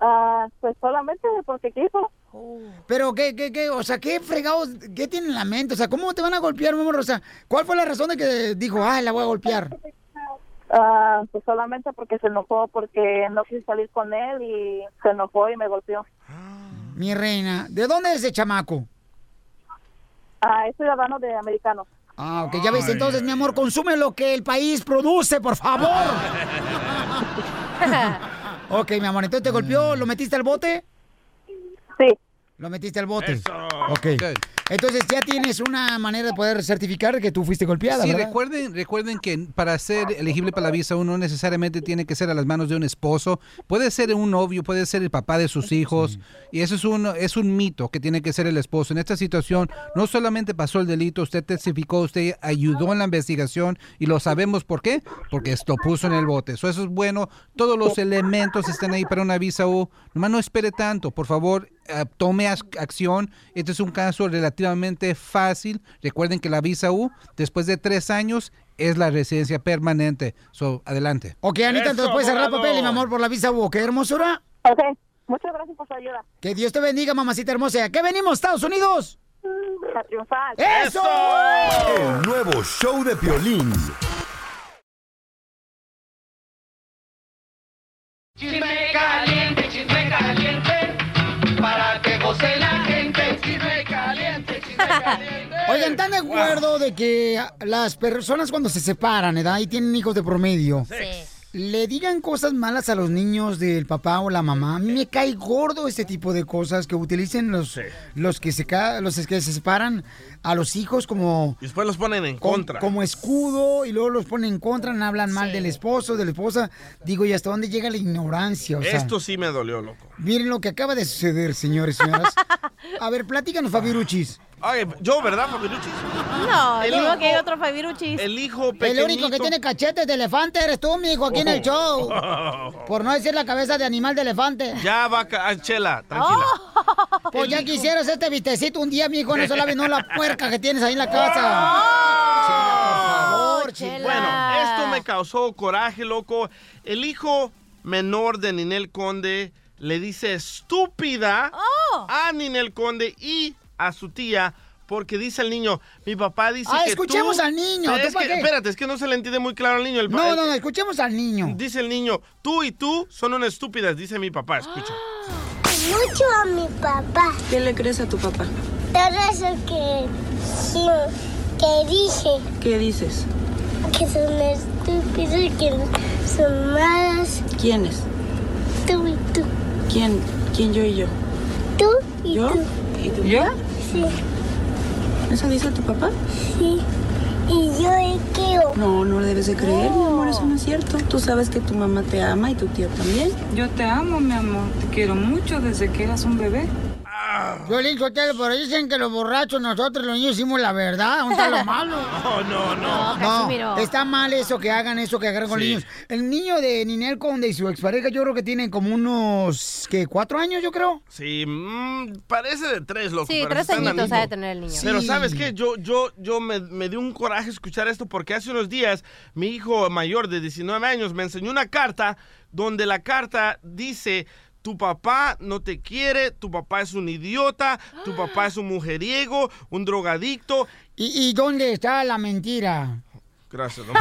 Ah, pues solamente porque quiso. Pues, Pero, ¿qué, qué, qué? O sea, ¿qué fregados, qué tiene en la mente? O sea, ¿cómo te van a golpear, mi amor? O sea, ¿cuál fue la razón de que dijo, ay, la voy a golpear? Ah, pues solamente porque se enojó, porque no quise salir con él y se enojó y me golpeó. Mi reina, ¿de dónde es ese chamaco? Ah, es ciudadano de americano. Ah, ok, ya ves, entonces, mi amor, consume lo que el país produce, por favor. [laughs] ok, mi amor, entonces te golpeó, ¿lo metiste al bote? Sí. ¿Lo metiste al bote? Ok. Entonces ya tienes una manera de poder certificar que tú fuiste golpeada, Sí, ¿verdad? recuerden, recuerden que para ser elegible para la visa uno no necesariamente tiene que ser a las manos de un esposo, puede ser un novio, puede ser el papá de sus hijos, y eso es un, es un mito que tiene que ser el esposo. En esta situación no solamente pasó el delito, usted testificó, usted ayudó en la investigación y lo sabemos por qué, porque esto puso en el bote. So, eso es bueno, todos los elementos están ahí para una visa U, nomás no espere tanto, por favor, ah, tome ac- acción. Este es un caso relativamente fácil. Recuerden que la visa U, después de tres años, es la residencia permanente. So, adelante. Ok, Anita, entonces puedes cerrar papel, mi amor, por la visa U, ¿ok, hermosura? Ok. Muchas gracias por su ayuda. Que Dios te bendiga, mamacita hermosa. ¿A qué venimos, Estados Unidos? Mm, A triunfar. Eh. ¡Eso! El nuevo show de Piolín. [laughs] Chisme caliente, chisme caliente, para que goce la gente. Chisme caliente, chisme [laughs] caliente. Oigan, ¿están de acuerdo de que las personas cuando se separan, ¿verdad? Y tienen hijos de promedio. Le digan cosas malas a los niños del papá o la mamá. A mí me cae gordo este tipo de cosas que utilicen los, los, que, se, ca- los que se separan a los hijos como Y después los ponen en con- contra. Como escudo y luego los ponen en contra, no hablan mal del esposo, de la esposa. Digo, ¿y hasta dónde llega la ignorancia? O sea, Esto sí me dolió, loco. Miren lo que acaba de suceder, señores [laughs] y señoras. A ver, platícanos, Fabiruchis. Ay, yo, ¿verdad, Fabiruchis? [laughs] No, El digo hijo- que hay otro Fabiruchis. El hijo El único que tiene cachetes de elefante eres tú, mijo, aquí en el Oh. show. [laughs] Por no decir la cabeza de animal de elefante. Ya va, ca- ah, Chela, tranquila. Pues ya quisieras este vistecito un día, mijo, no se la no la puerca que tienes ahí en la casa. Chela, por favor, chela. Bueno, esto me causó coraje, loco. El hijo menor de Ninel Conde le dice estúpida Oh. a Ninel Conde y a su tía porque dice al niño, mi papá dice Ah, que escuchemos tú- al niño, Es ¿tú para que- qué? espérate, es que no se le entiende muy claro al niño. El pa- No, no, no, escuchemos al niño. Dice el niño, tú y tú son unas estúpidas, dice mi papá, escucha. Ah. mucho a mi papá. ¿Qué le crees a tu papá? Todo eso que, no, que dije, ¿Qué dices? que son estúpidos, que son malas. ¿Quiénes? Tú y tú, ¿Quién? ¿Quién yo y yo? tú y ¿Yo? tú. ¿Y tú? ¿Yo? Sí, ¿Eso dice tu papá? sí. Y yo le creo. No, no le debes de creer, mi amor, eso no es cierto. Tú sabes que tu mamá te ama y tu tía también. Yo te amo, mi amor. Te quiero mucho desde que eras un bebé. Violín Sotelo, pero dicen que los borrachos nosotros los niños hicimos la verdad, ¿dónde está [laughs] lo malo? No, no, Ah, no. No, está mal eso que hagan eso que agarran con Sí. niños. El niño de Ninel Conde y su expareja, yo creo que tienen como unos, ¿qué? ¿Cuatro años, yo creo? Sí, mm, parece de tres, loco. Sí, pero tres está añitos enanito. ha de tener el niño. Pero Sí. ¿sabes qué? Yo, yo, yo me, me dio un coraje escuchar esto porque hace unos días mi hijo mayor de 19 años me enseñó una carta donde la carta dice... Tu papá no te quiere, tu papá es un idiota, tu papá es un mujeriego, un drogadicto. ¿Y, y dónde está la mentira? Gracias, don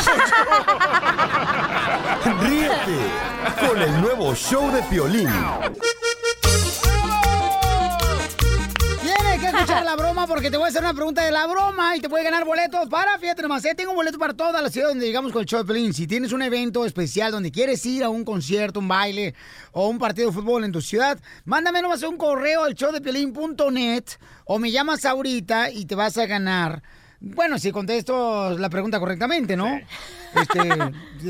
Ríete con el nuevo show de Piolín. Tienes que escuchar la broma porque te voy a hacer una pregunta de la broma y te puede ganar boletos para, fíjate nomás, eh, tengo boletos para toda la ciudad donde llegamos con el show de Pelín. Si tienes un evento especial donde quieres ir a un concierto, un baile o un partido de fútbol en tu ciudad, mándame nomás un correo al showdepiolín.net o me llamas ahorita y te vas a ganar. Bueno, si contesto la pregunta correctamente, ¿no? Este,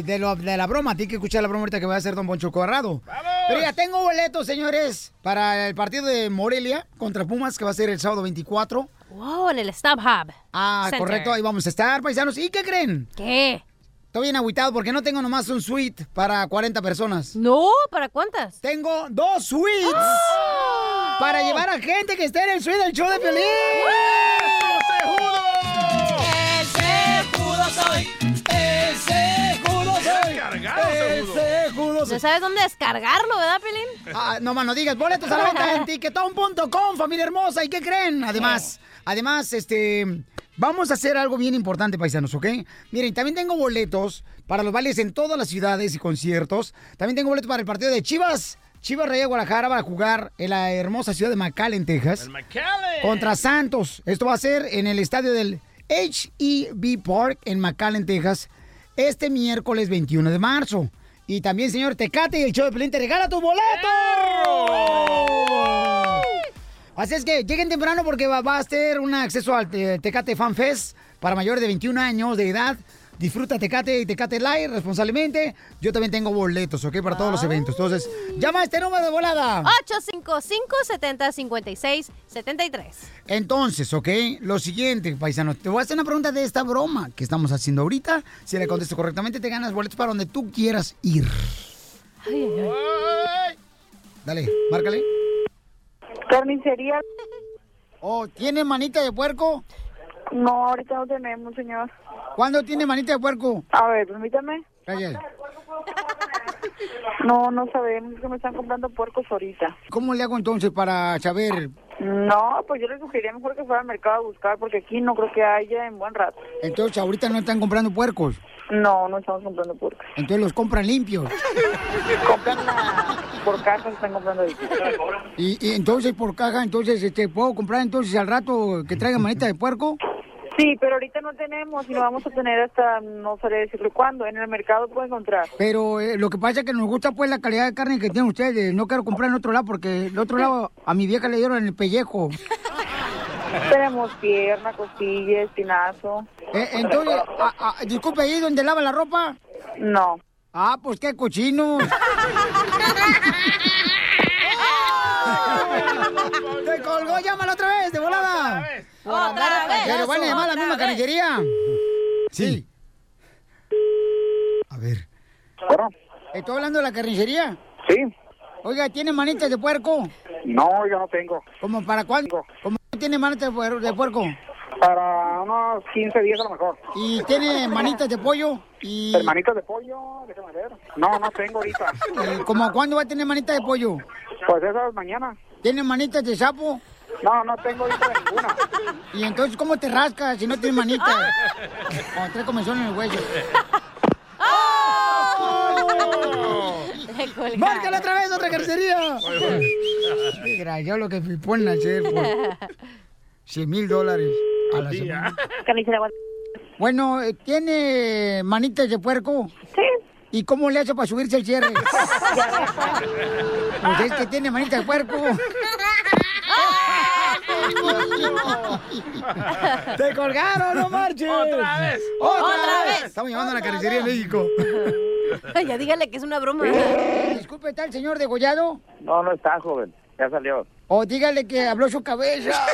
de, lo- de la broma, tienes que escuchar la broma ahorita que va a hacer Don Poncho Corrado. Pero ya tengo boletos, señores, para el partido de Morelia contra Pumas, que va a ser el sábado 24. Wow, en el StubHub. Ah, Center. correcto, ahí vamos a estar, paisanos. ¿Y qué creen? ¿Qué? Estoy bien agüitado porque no tengo nomás un suite para 40 personas. No, ¿para cuántas? ¡Oh! Tengo dos suites para llevar a gente que esté en el suite del show de Pelín. El secudo soy, el secudo soy. Cargado, No sabes dónde descargarlo, ¿verdad, Pelín? Ah, no más no digas, boletos a la venta [laughs] en tiquetón.com, familia hermosa, ¿y qué creen? Además, además, este, vamos a hacer algo bien importante, paisanos, ¿ok? Miren, también tengo boletos para los bailes en todas las ciudades y conciertos. También tengo boletos para el partido de Chivas, Chivas Rey de Guadalajara, para jugar en la hermosa ciudad de McAllen, Texas. Contra Santos. Esto va a ser en el estadio del HEB Park en McAllen, Texas, este miércoles 21 de marzo. Y también, señor Tecate y el show de Pelín te regala tu boleto. Así es que lleguen temprano porque va, va a ser un acceso al Te- Tecate Fan Fest para mayores de 21 años de edad. Disfruta Tecate y Tecate Live responsablemente. Yo también tengo boletos, ¿ok? Para todos los eventos. Entonces, llama a este número de volada. 855-7056-73. Entonces, ¿ok? Lo siguiente, paisano, te voy a hacer una pregunta de esta broma que estamos haciendo ahorita. Si la contesto correctamente, te ganas boletos para donde tú quieras ir. Dale, márcale. Carnicería. Oh, ¿tiene manita de puerco? No, ahorita no tenemos, señor. ¿Cuándo tiene manita de puerco? A ver, permítame. Cállate. No, no sabemos que me están comprando puercos ahorita. ¿Cómo le hago entonces para saber? No, pues yo les sugeriría mejor que fuera al mercado a buscar porque aquí no creo que haya en buen rato. Entonces, ahorita no están comprando puercos. No, no estamos comprando puercos. Entonces los compran limpios. Compran la- por cajas, están ¡Ah! comprando ahorita. [laughs] Y, y entonces por caja, entonces este, puedo comprar entonces al rato que traiga manita de puerco. Sí, pero ahorita no tenemos y no vamos a tener hasta, no sabré decirlo cuándo, en el mercado puedo [laughs] encontrar. Pero eh, lo que pasa es que nos gusta pues la calidad de carne que tienen ustedes. No quiero comprar en otro lado porque el otro lado a mi vieja le dieron el pellejo. Tenemos pierna, costilla, espinazo. Eh, entonces, a- a- disculpe, ¿ahí es donde lava la ropa? No. Ah, pues qué cochino. ¡Te colgó! ¡Llámala otra vez, de volada! ¡Otra vez! Otra vez. Pero van a llamar a la Otra misma vez. carnicería. Sí. A ver. ¿Estoy hablando de la carnicería? Sí. Oiga, ¿tiene manitas de puerco? No, yo no tengo. ¿Como para cuándo? ¿Cómo tiene manitas de puer- de puerco? Para unos 15 días a lo mejor. ¿Y tiene manitas de pollo? Y... Hermanitas de pollo, déjame ver. No, no tengo ahorita. Eh, ¿Cómo cuándo va a tener manitas de pollo? Pues esas mañana. ¿Tiene manitas de sapo? No, no tengo ahorita ninguna. ¿Y entonces cómo te rascas si no tienes manitas? Con tres comenzones en el huello. ¡Márcala otra vez, otra carnicería! Yo lo que me ponen a hacer por 100 mil dólares a la semana. Bueno, eh, ¿tiene manitas de puerco? Sí. ¿Y cómo le hace para subirse el cierre? pues es que tiene manitas de puerco. ¡Te colgaron, no marches! ¡Otra vez! ¡Otra, ¡Otra vez! vez! Estamos llevando a la carnicería de México. ya dígale que es una broma. Disculpe, ¿está el señor degollado? No, no está, joven. Ya salió. O Oh, dígale que habló su cabeza.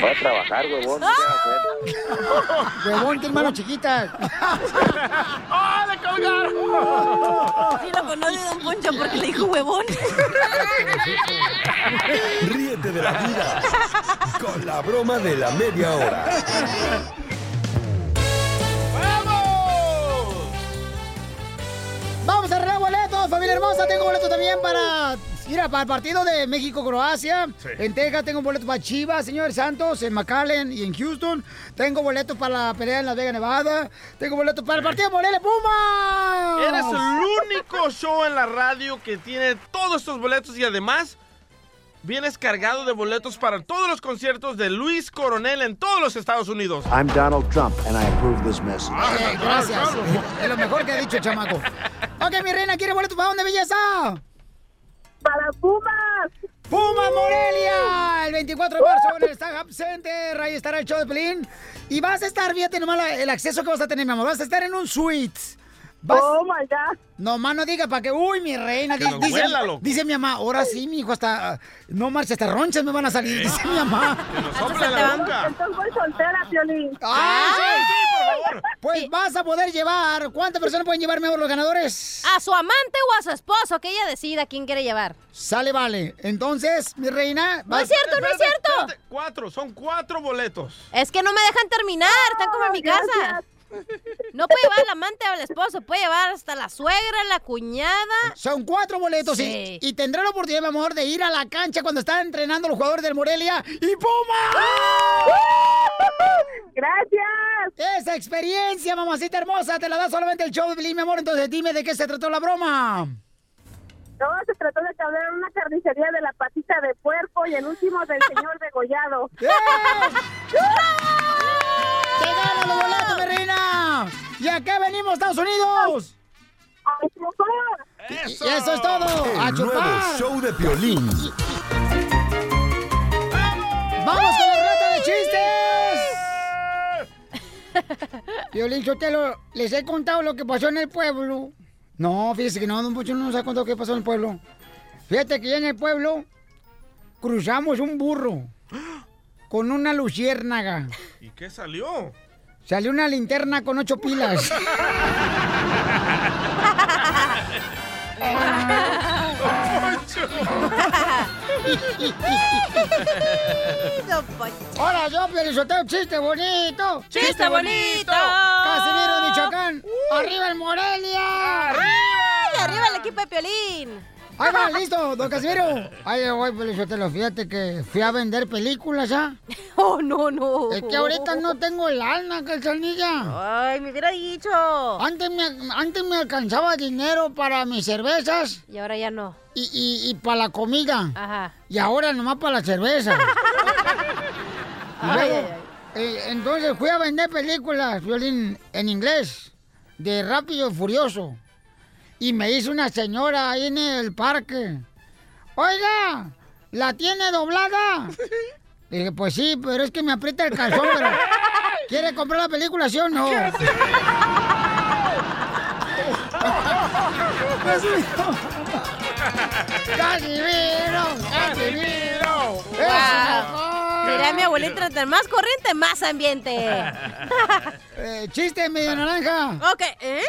Voy a trabajar, huevón. ¿qué vas a hacer? Huevón, tiene manos chiquitas. ¡Ah, le colgaron! Sí, lo conoce Don Poncho porque le dijo huevón. Ríete de la vida con la broma de la media hora. Vamos a arreglar boletos, familia hermosa. Tengo boletos también para. Mira, para el partido de México-Croacia. En Texas tengo boletos para Chivas, señor Santos, en McAllen y en Houston. Tengo boletos para la pelea en Las Vegas, Nevada. Tengo boletos para el partido de Morelia Puma. Eres el único show en la radio que tiene todos estos boletos y además vienes cargado de boletos para todos los conciertos de Luis Coronel en todos los Estados Unidos. I'm Donald Trump, and I approve this message. Eh, gracias. Es lo mejor que ha dicho, chamaco. Ok, mi reina, ¿quiere boletos para dónde, belleza? Para Pumas. Pumas Morelia. El 24 de marzo en el Starhub Center. Ahí estará el show de Pelín. Y vas a estar, fíjate nomás la- el acceso que vas a tener, mi amor. Vas a estar en un suite. Oh my God. Nomás no diga para que. Uy, mi reina. Que di- lo dice, huela, loco. dice mi mamá. Ahora sí, mi hijo, hasta. ah, No marcha, hasta ronchas me van a salir. Dice mi mamá. sopla la Entonces, nuca. voy soltera, Piolín. ¡Ah! Ay, sí, por favor. Pues Eh, vas a poder llevar. ¿Cuántas personas pueden llevar, mi amor, los ganadores? A su amante o a su esposo, que ella decida quién quiere llevar. Sale, vale. Entonces, mi reina. No es cierto, no es Espérate, cierto. espérate. Cuatro, son cuatro boletos. Es que no me dejan terminar, están como en Ah, mi casa. No puede llevar al amante o al esposo, puede llevar hasta la suegra, la cuñada. Son cuatro boletos Sí. y, y tendrá la oportunidad, mi amor, de ir a la cancha cuando están entrenando los jugadores del Morelia y ¡Puma! ¡Gracias! Esa experiencia, mamacita hermosa, te la da solamente el show de Pelín, mi amor. Entonces, dime de qué se trató la broma. No, se trató de que hablara en una carnicería de la patita de puerco y el último del señor degollado. ¡Te ganan los boletos, mi reina! ¿Y a qué venimos, Estados Unidos? Y- y ¡Eso! es todo! ¡A El nuevo chupar! show de violín. ¡Vamos con la ruleta de chistes! [laughs] Violín, yo te lo... Les he contado lo que pasó en el pueblo. No, fíjese que no, don Pocho no nos ha contado qué pasó en el pueblo. Fíjate que ya en el pueblo cruzamos un [gasps] burro con una luciérnaga. ¿Y qué [laughs] salió? [laughs] Salió una linterna con ocho [laughs] pilas. Ahora yo, Piolín, Sotelo, chiste bonito. ¡Chiste bonito! Casimiro de Michoacán. ¡Arriba el Morelia! ¡Arriba! ¡Ah! ¡Arriba el equipo de Piolín! Ahí va, listo, don Casimiro. Ahí voy, pues, Pelizotelo. Fíjate que fui a vender películas, ¿ah? [laughs] Oh, no, no. Es que ahorita no tengo el alma, calzanilla. Ay, me hubiera dicho. Antes me, antes me [laughs] alcanzaba dinero para mis cervezas. Y ahora ya no. Y, y, y para la comida. Ajá. Y ahora nomás para [laughs] la cerveza. Y Ay, luego, ay, eh, entonces fui a vender películas, violín, en inglés, de Rápido y Furioso. Y me hizo una señora ahí en el parque. Oiga, ¿la tiene [laughs] doblada? Le dije, pues sí, pero es que me aprieta el calzón, pero... ¿Quiere comprar la película, sí [laughs] o no? Pues, ¡Casimiro! ¡Casimiro! Wow. Mira, mi abuelita, entre más corriente, más ambiente. [laughs] Eh, chiste, medio naranja. Ok, ¿eh?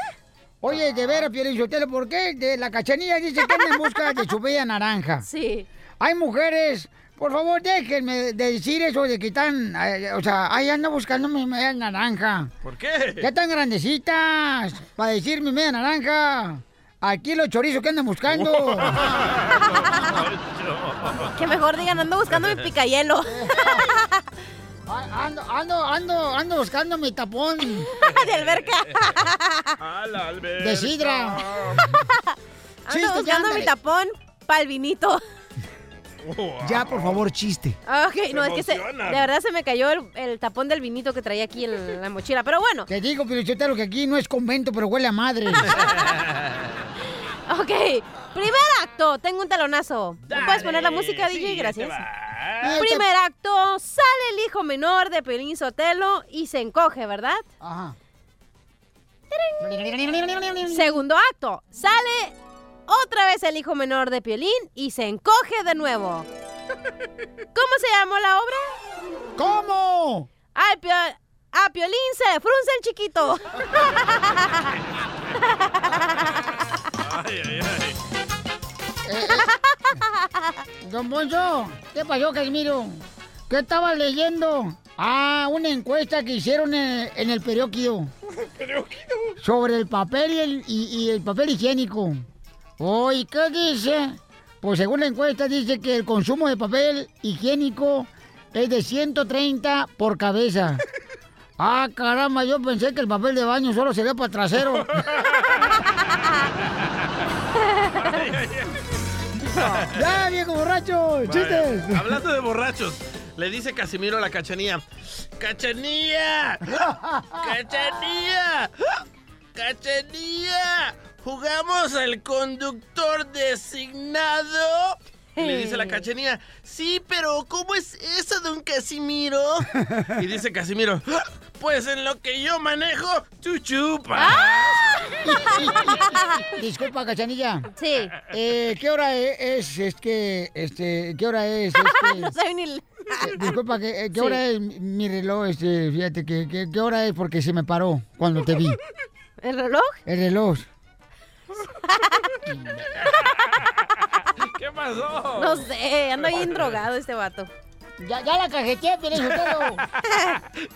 Oye, de veras, Piolín Sotelo, ¿por qué de la cachanilla dice que anda en busca de su bella naranja? [laughs] Sí. Hay mujeres, por favor, déjenme de decir eso de que están, eh, o sea, ahí anda buscando mi media naranja. ¿Por Pues. qué? Ya están grandecitas para decir mi media naranja. Aquí los chorizos que [laughs] andan [laughs] buscando. Que mejor digan, ando buscando mi [laughs] picayelo. Ando, ando, ando, ando buscando mi [laughs] tapón. De alberca. A la alberca. De sidra. Ando Chiste, buscando ándale. mi tapón pa'l vinito. Ya, por favor, chiste. Ah, Ok, Se no, es que se- de emocionan. verdad se me cayó el, el tapón del vinito que traía aquí en la mochila. Pero bueno, Te digo, Piolichotero, que aquí no es convento, pero huele a madre. ok. Primer acto, tengo un talonazo. ¿Me ¿Puedes poner la música, DJ? Gracias. Ah, Primer acto, sale el hijo menor de Pelín Sotelo y se encoge, ¿verdad? Ajá. Segundo acto, sale otra vez el hijo menor de Piolín y se encoge de nuevo. ¿Cómo se llamó la obra? ¿Cómo? Al Pio- a Piolín se le frunce el [laughs] chiquito. Ay, ay, ay. [laughs] Don Poncho, ¿qué pasó, Casimiro? ¿Qué estabas leyendo? Ah, una encuesta que hicieron en, en [laughs] el periódico. Sobre el papel y el, y- y el papel higiénico. Oh, ¿y qué dice? Pues según la encuesta dice que el consumo de papel higiénico es de 130 por [laughs] cabeza. Ah, caramba, yo pensé que el papel de baño solo sería para [laughs] trasero. ¡Ya, viejo borracho! ¡Chistes! Vaya. Hablando de borrachos, le dice Casimiro a la cachanía. ¡Cachanía! ¡Cachanía! ¡Cachanía! ¿Jugamos al conductor designado? Y le dice la cachanía, sí, pero ¿cómo es eso, don Casimiro? Y dice Casimiro, "Ah, pues en lo que yo manejo, tú chupas. Ah. [laughs] Disculpa, Cachanilla. Sí. Eh, ¿Qué hora e- es? Es que, este, ¿qué hora es? [laughs] Este, no soy ni... eh, disculpa, ¿qué, eh, qué Sí. hora es mi reloj? Este, fíjate, que, que- ¿qué hora es? Porque se me paró cuando te vi. ¿El reloj? [laughs] El reloj. ¿Qué pasó? No sé, ando bien drogado este vato. Ya, ya la cajeteé, Piolín [laughs] Sotelo.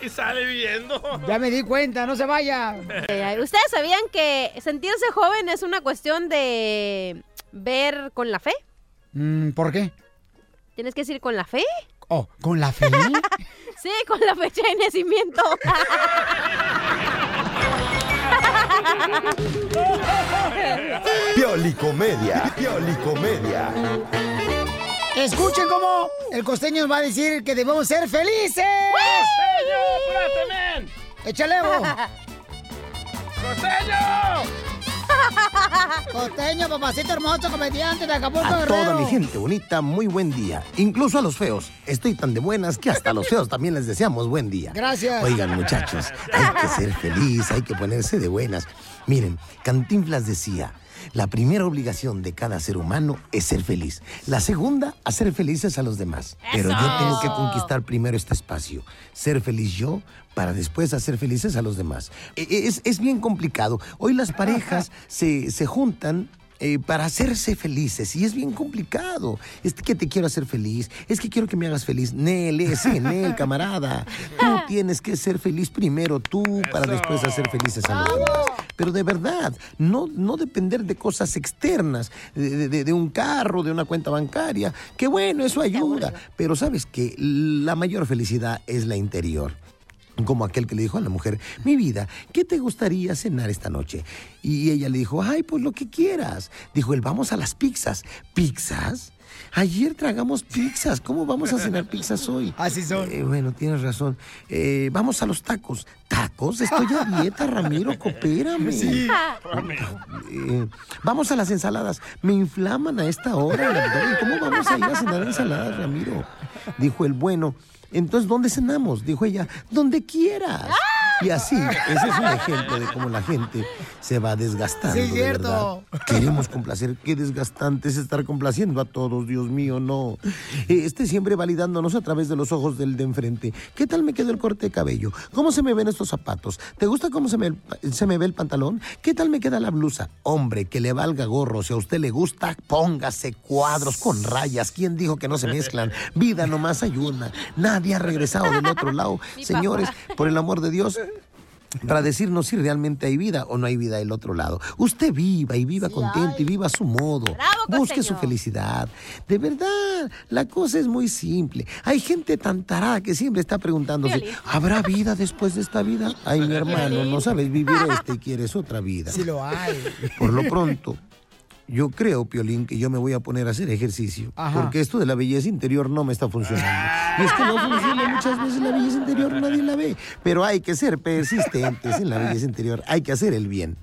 [laughs] Y sale viendo. Ya me di cuenta, no se vaya. Eh, ¿Ustedes sabían que sentirse joven es una cuestión de ver con la fe? Mm, ¿Por qué? ¿Tienes que decir con la fe? Oh, ¿con la fe? [laughs] Sí, con la fecha de nacimiento. Piolicomedia. Piolicomedia. Escuchen cómo el costeño va a decir que debemos ser felices. ¡Échale, [laughs] Evo. Costeño, papacito hermoso, comediante de Acapulco, A toda Guerrero. mi gente bonita, muy buen día. Incluso a los feos. Estoy tan de buenas que hasta a los feos también les deseamos buen día. Gracias. Oigan, muchachos, hay que ser feliz, hay que ponerse de buenas. Miren, Cantinflas decía, la primera obligación de cada ser humano es ser feliz. La segunda, hacer felices a los demás. Pero yo tengo que conquistar primero este espacio. Ser feliz yo para después hacer felices a los demás. E- e- Es, es bien complicado. Hoy las parejas se, se juntan eh, para hacerse felices. Y es bien complicado. Es que te quiero hacer feliz. Es que quiero que me hagas feliz. Nel, ese, Nel, camarada. Tú tienes que ser feliz primero tú para después hacer felices a los demás. Pero de verdad, no, no depender de cosas externas, de, de- de un carro, de una cuenta bancaria. Que bueno, eso ayuda. Pero sabes que la mayor felicidad es la interior como aquel que le dijo a la mujer, mi vida, ¿qué te gustaría cenar esta noche? Y ella le dijo, ay, pues lo que quieras. Dijo él, vamos a las pizzas. ¿Pizzas? Ayer tragamos pizzas, ¿cómo vamos a cenar pizzas hoy? [laughs] Así son. bueno, tienes razón. Eh, vamos a los tacos. ¿Tacos? Estoy a dieta, Ramiro, coopérame. Sí. Eh, vamos a las ensaladas. Me inflaman a esta hora. el abdomen. ¿Cómo vamos a ir a cenar ensaladas, Ramiro? Dijo el bueno. Entonces, ¿dónde cenamos? Dijo ella, donde quieras. Y así, ese es un ejemplo de cómo la gente se va desgastando. Sí, de cierto. verdad. Queremos complacer. Qué desgastante es estar complaciendo a todos, Dios mío, no. Eh, Esté siempre validándonos a través de los ojos del de enfrente. ¿Qué tal me quedó el corte de cabello? ¿Cómo se me ven estos zapatos? ¿Te gusta cómo se me, se me ve el pantalón? ¿Qué tal me queda la blusa? Hombre, que le valga gorro. Si a usted le gusta, póngase cuadros con rayas. ¿Quién dijo que no se mezclan? Vida nomás hay una. Nadie ha regresado del otro lado. Mi Señores, papá. por el amor de Dios, para decirnos si realmente hay vida o no hay vida del otro lado. Usted viva y viva contento y viva a su modo. Busque su felicidad. De verdad, la cosa es muy simple. Hay gente tan tarada que siempre está preguntándose, Violín. ¿habrá vida después de esta vida? Ay, mi hermano, no sabes vivir esta y quieres otra vida. Si lo hay. [laughs] [laughs] Por lo pronto, yo creo, Piolín, que yo me voy a poner a hacer ejercicio. Ajá. Porque esto de la belleza interior no me está funcionando. Y es que no funciona muchas veces la belleza interior, nadie la ve. Pero hay que ser persistentes en la belleza interior. Hay que hacer el bien.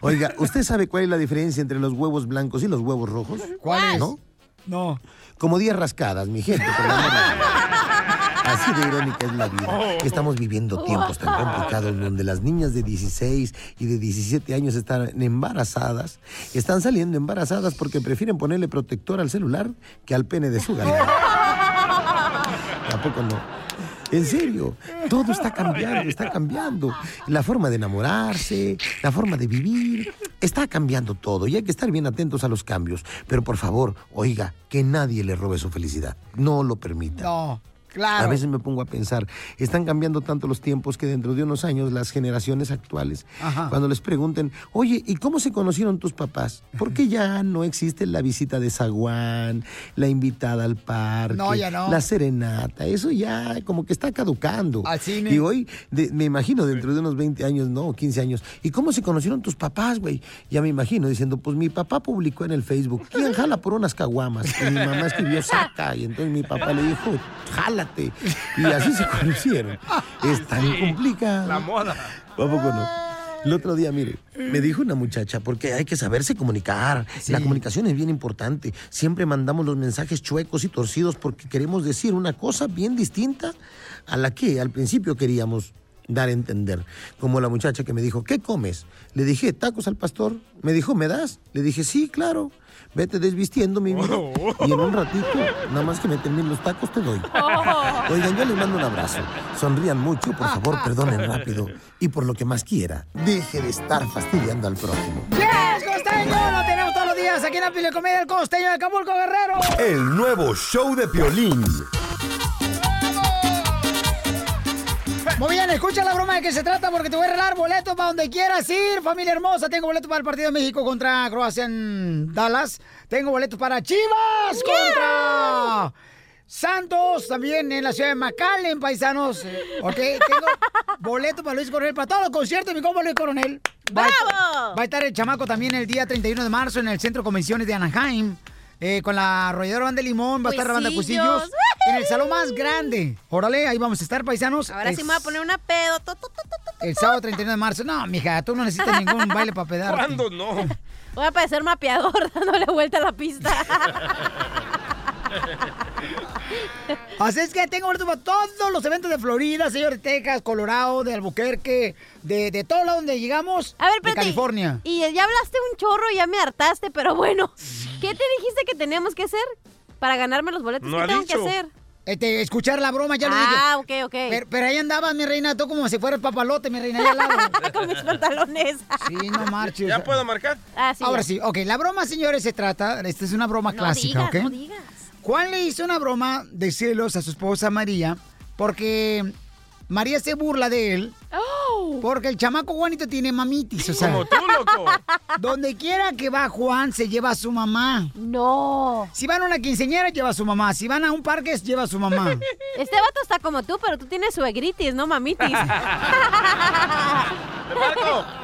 Oiga, ¿usted sabe cuál es la diferencia entre los huevos blancos y los huevos rojos? ¿Cuál es? ¿No? No. Como 10 rascadas, mi gente. por la Así de irónica es la vida. Estamos viviendo tiempos tan complicados donde las niñas de 16 y de 17 años están embarazadas, están saliendo embarazadas porque prefieren ponerle protector al celular que al pene de su galán. Tampoco no. En serio, todo está cambiando, está cambiando. La forma de enamorarse, la forma de vivir, está cambiando todo y hay que estar bien atentos a los cambios. Pero por favor, oiga, que nadie le robe su felicidad. No lo permita. No, claro. A veces me pongo a pensar, están cambiando tanto los tiempos que dentro de unos años las generaciones actuales, Ajá. cuando les pregunten, oye, ¿y cómo se conocieron tus papás? ¿Por qué ya no existe la visita de zaguán, la invitada al parque, No, ya no. la serenata? Eso ya como que está caducando. Al cine. Y hoy, de- me imagino, dentro de unos 20 años, no, 15 años, ¿y cómo se conocieron tus papás, güey? Ya me imagino diciendo, pues mi papá publicó en el Facebook, ¿quién jala por unas caguamas? Y mi mamá escribió, saca. Y entonces mi papá le dijo, jálate. Y así se [laughs] conocieron. Es tan complicado. La moda. ¿A poco no? El otro día, mire, me dijo una muchacha, porque hay que saberse comunicar. La comunicación es bien importante. Siempre mandamos los mensajes chuecos y torcidos porque queremos decir una cosa bien distinta a la que al principio queríamos dar a entender. Como la muchacha que me dijo, ¿qué comes? Le dije, tacos al pastor. Me dijo, ¿me das? Le dije, sí, claro. Vete desvistiendo, mi vida. Y en un ratito, nada más que me terminen los tacos, te doy. Oigan, yo les mando un abrazo. Sonrían mucho, por favor, perdonen rápido. Y por lo que más quiera, deje de estar fastidiando al prójimo. ¡Yes, costeño! Lo tenemos todos los días aquí en la Pilecomedia del Costeño de Acapulco Guerrero. El nuevo show de Piolín. Muy bien, escucha la broma de qué se trata porque te voy a regalar boletos para donde quieras ir, familia hermosa. Tengo boletos para el partido de México contra Croacia en Dallas. Tengo boletos para Chivas contra Santos también en la ciudad de McAllen, paisanos. Eh, Ok, tengo boletos para Luis Coronel, para todos los conciertos, mi compa Luis Coronel. Va a- ¡Bravo! Va a estar el chamaco también el día 31 de marzo en el Centro de Convenciones de Anaheim. eh, con la arrolladora Banda de Limón, va a estar la Banda de Cuisillos. Cusillos. En el salón más grande. Órale, ahí vamos a estar, paisanos. Ahora sí Es- me voy a poner una pedo. tu, tu, tu. el sábado 31 de marzo. No, mija, tú no necesitas [laughs] ningún baile para pedar. ¿Cuándo no? Voy a parecer mapeador [laughs] dándole vuelta a la pista. Así es que tengo boletos para todos los eventos de Florida, señor de Texas, Colorado, de Albuquerque, de, de todo lado donde llegamos. A ver, De espérate. California. Y ya hablaste un chorro y ya me hartaste, pero bueno. ¿Qué te dijiste que teníamos que hacer para ganarme los boletos? No ¿Qué ha tengo dicho. que hacer? este, escuchar la broma, ya lo dije. Ah, ok, ok. Pero, pero ahí andabas, mi reina, tú como si fuera el papalote, mi reina, allá al [laughs] lado. Con mis pantalones. Ah, Sí, no marches. ¿Ya puedo marcar? Ahora sí, ok. La broma, señores, se trata. Esta es una broma clásica, ¿ok? Juan le hizo una broma de celos a su esposa María porque María se burla de él. Oh. Porque el chamaco Juanito tiene mamitis, o sea. Como tú, loco. [laughs] Donde quiera que va Juan, se lleva a su mamá. No. Si van a una quinceñera, lleva a su mamá. Si van a un parque, lleva a su mamá. Este vato está como tú, pero tú tienes suegritis, no mamitis. [laughs]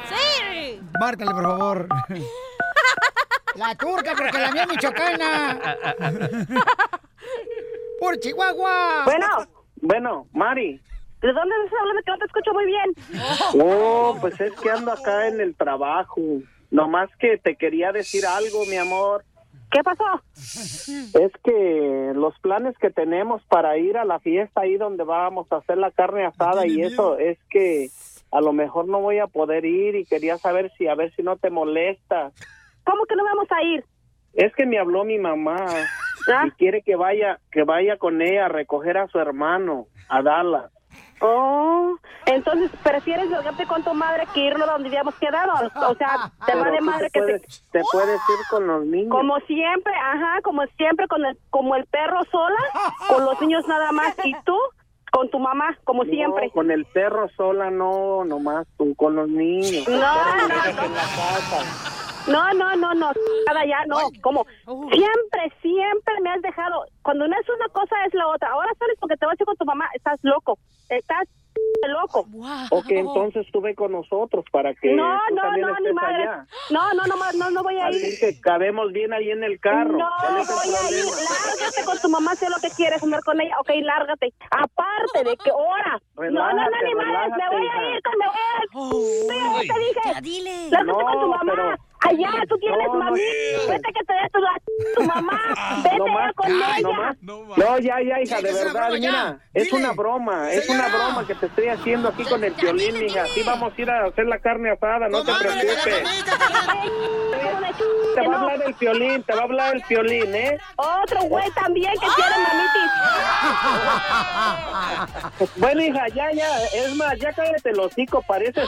¡Sí! Márcale, por favor. [laughs] La turca, porque la mía es michoacana. Por Chihuahua. Bueno, bueno, Mari. ¿De dónde estás hablando que no te escucho muy bien? Oh, pues es que ando acá en el trabajo. Nomás que te quería decir algo, mi amor. ¿Qué pasó? [laughs] Es que los planes que tenemos para ir a la fiesta ahí donde vamos a hacer la carne asada y eso es que a lo mejor no voy a poder ir y quería saber si a ver si no te molesta. ¿Cómo que no vamos a ir? Ah. Es que me habló mi mamá y quiere que vaya que vaya con ella a recoger a su hermano a Dallas. Oh, entonces prefieres drogarte con tu madre que irnos donde habíamos quedado. O sea, te Pero va de tú madre te que puedes, te... te puedes ir con los niños. Como siempre, ajá, como siempre, con el, como el perro sola, con los niños nada más. Y tú, con tu mamá, como No, siempre. con el perro sola no, nomás tú con los niños. No, Pero no, quédate no. en la casa. No, no, no, no, nada ya, no, como siempre, siempre me has dejado, cuando no es una cosa es la otra, ahora sales porque te vas a ir con tu mamá, estás loco, estás loco. [laughs] Ok, entonces tú ve con nosotros para que Oh. No, tú no, también no, ni estés madre. allá. No, no, no, ma- no, no voy a ir. Así que cabemos bien ahí en el carro. No, ¿Cuál voy es el a ir. problema? Lárgate con tu mamá, sé lo que quieres, andar con ella. Ok, lárgate. Aparte de que hora. no, no, no, Relájate, ni madres, me relájate, voy hija. a ir, me voy a ir. Sí, ya te dije. Lárgate con No, tu mamá. pero- Allá, tú tienes No, no, mami. no. Vete que te dé tu, a tu mamá. Ah. Vete No ya más, con ella. no más. No, ya, ya, hija, de verdad, mira, es una broma, es una broma que te estoy haciendo aquí con el violín, hija. Así vamos a ir a hacer la carne asada, no te preocupes. Te va a hablar el violín, te va a hablar el violín, ¿eh? Ah. Otro güey también que quiere [laughs] mamitis. Bueno, hija, ya, ya, es más, ya cállate el hocico, pareces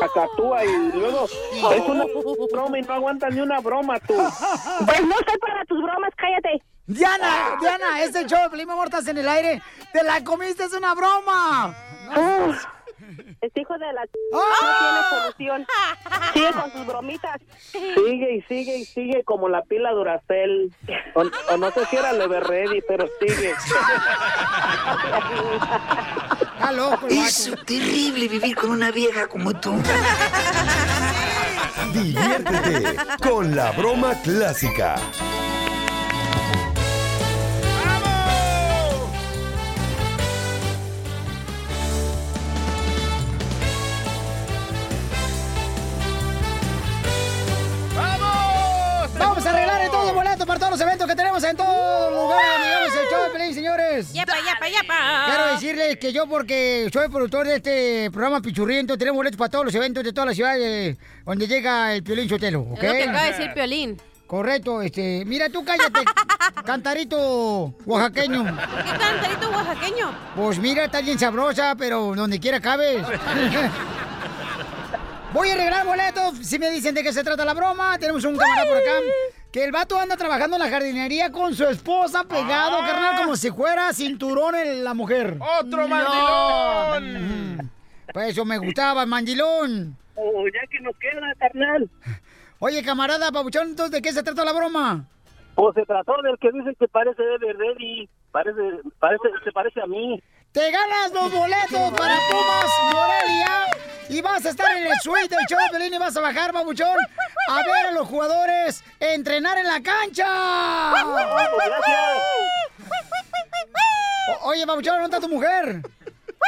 cacatúa y luego es una broma y no aguantas ni una broma tú. Pues no soy para tus bromas, cállate. Diana, Diana, este show de Pelín Mamor, estás en el aire. Te la comiste, es una broma. Ah, Este hijo de la no tiene solución. Sigue con sus bromitas. Sigue y sigue y sigue como la pila Duracel. O, o no sé si era Leverready, pero sigue. Es terrible vivir con una vieja como tú. Diviértete con la broma clásica. ¡Vamos! Vamos a arreglar todos los boletos para todos los eventos que tenemos en todos los lugares. donde llegamos el show de Pelín, señores. Yapa, yapa, yapa. Quiero decirles que yo, porque soy productor de este programa Pichurriento, tenemos boletos para todos los eventos de toda la ciudad eh, donde llega el Piolín Sotelo, ¿ok? Es lo que acaba de decir Piolín. Correcto, este, mira tú [laughs] cállate, cantarito oaxaqueño. ¿Por qué cantarito oaxaqueño? Pues mira, está bien sabrosa, pero donde quiera cabes. Voy a regalar boletos, si me dicen de qué se trata la broma, tenemos un camarada por acá. Que el vato anda trabajando en la jardinería con su esposa pegado, carnal, como si fuera cinturón en la mujer. ¡Otro mandilón! Pues eso me gustaba, mandilón. Oh, ya que nos queda, carnal. Oye, camarada, papuchón, entonces, ¿de qué se trata la broma? Pues se trató del que dice que parece Leverready. [laughs] Parece, parece, se parece a mí. Te ganas los boletos para Pumas Morelia y vas a estar en el suite del show de Pelín y vas a bajar, babuchón, a ver a los jugadores entrenar en la cancha. O- Oye, babuchón, ¿dónde está tu mujer?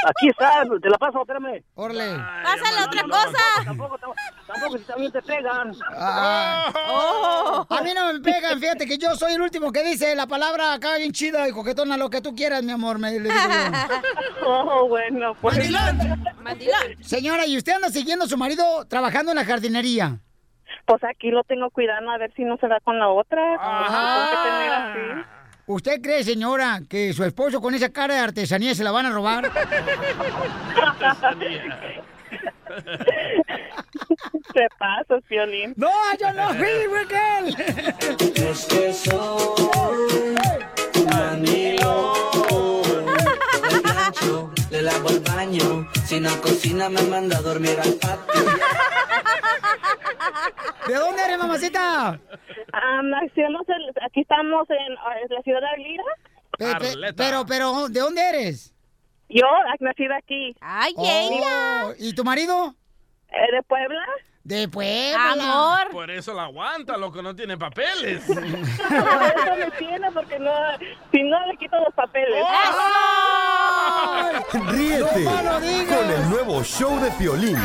Aquí está, te la paso, espérame. Orle. Pásale otra cosa. Tampoco, tampoco, tampoco si también te pegan. Ah. A mí no me pegan, fíjate que yo soy el último que dice la palabra acá bien chida y coquetona, lo que tú quieras, mi amor, me le digo yo. Oh, bueno, pues. Mandilón. Señora, ¿y usted anda siguiendo a su marido trabajando en la jardinería? Pues aquí lo tengo cuidando a ver si no se da con la otra. Lo tengo que tener así. ¿Usted cree, señora, que su esposo con esa cara de artesanía se la van a robar? [laughs] Te pasas, Piolín. ¡No, yo no fui, fue que él! Es que soy Danilo. El gancho, le lavo el baño. Si no cocina, me manda a dormir al patio. ¿De dónde eres, mamacita? Ah, nació en Los- aquí estamos en, ah, en la ciudad de Lira. Pe- pe- pero, pero, ¿de dónde eres? Yo, [laughs] nacida aquí. Eh, ¡Ay, Oh, ¿Y tu marido? de Puebla. De Puebla. Amor. Por eso la aguanta, loco, no tiene [laughs] papeles. Eso me tiene porque no, si no le quito los papeles. Ríete No me lo digas. con el nuevo show de Piolín.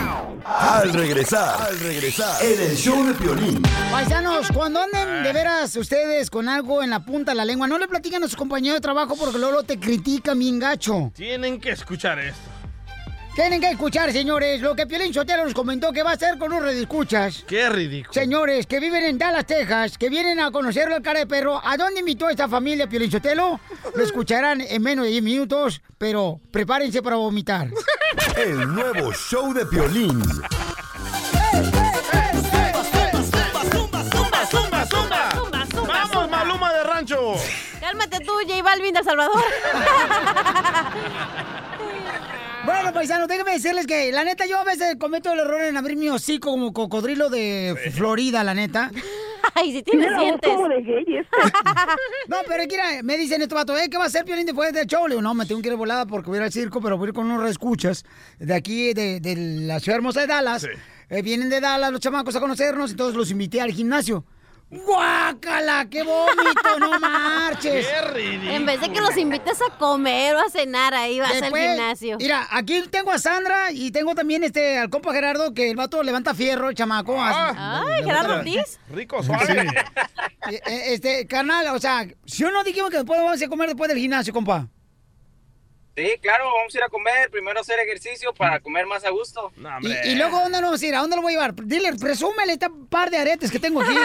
Al regresar, al regresar, en el show de Piolín. Paisanos, cuando anden de veras ustedes con algo en la punta de la lengua, no le platican a su compañero de trabajo porque luego te critican bien gacho. Tienen que escuchar esto. Tienen que escuchar, señores, lo que Piolín Sotelo nos comentó que va a hacer con los redescuchas. Qué ridículo. Señores, que viven en Dallas, Texas, que vienen a conocerlo al cara de perro. ¿A dónde invitó esta familia Piolín Sotelo? Lo escucharán en menos de 10 minutos, pero prepárense para vomitar. El nuevo show de Piolín. ¡Zumba, zumba, zumba! ¡Zumba, zumba, ¡Vamos, zumba! Maluma de Rancho! Cálmate tú, J Balvin de El Salvador. Bueno, paisanos, déjenme decirles que la neta yo a veces cometo el error en abrir mi hocico como cocodrilo de Florida, la neta. [laughs] Ay, si tienes Tiene la voz dientes. como de [laughs] gay ¿eh? No, pero es que mira, me dicen esto, vato, eh, ¿qué va a hacer Piolín después del show? Le digo, no, me tengo que ir volada porque voy a ir al circo, pero voy a ir con unos reescuchas de aquí, de, de la ciudad hermosa de Dallas. Eh, vienen de Dallas los chamacos a conocernos, entonces los invité al gimnasio. ¡Guácala! ¡Qué vómito! ¡No marches! En vez de que los invites a comer o a cenar, ahí vas Después, al gimnasio. Mira, aquí tengo a Sandra y tengo también este al compa Gerardo, que el vato levanta fierro, el chamaco. Ah. Ay, Gerardo Ortiz. Rico, suave. Eh, eh, Este, carnal, o sea, si uno dijimos que después vamos a comer después del gimnasio, compa. Sí, claro, vamos a ir a comer, primero hacer ejercicio para comer más a gusto. Y, y luego, ¿dónde nos vamos a ir? ¿A dónde lo voy a llevar? Dile, presúmele este par de aretes que [laughs] tengo aquí.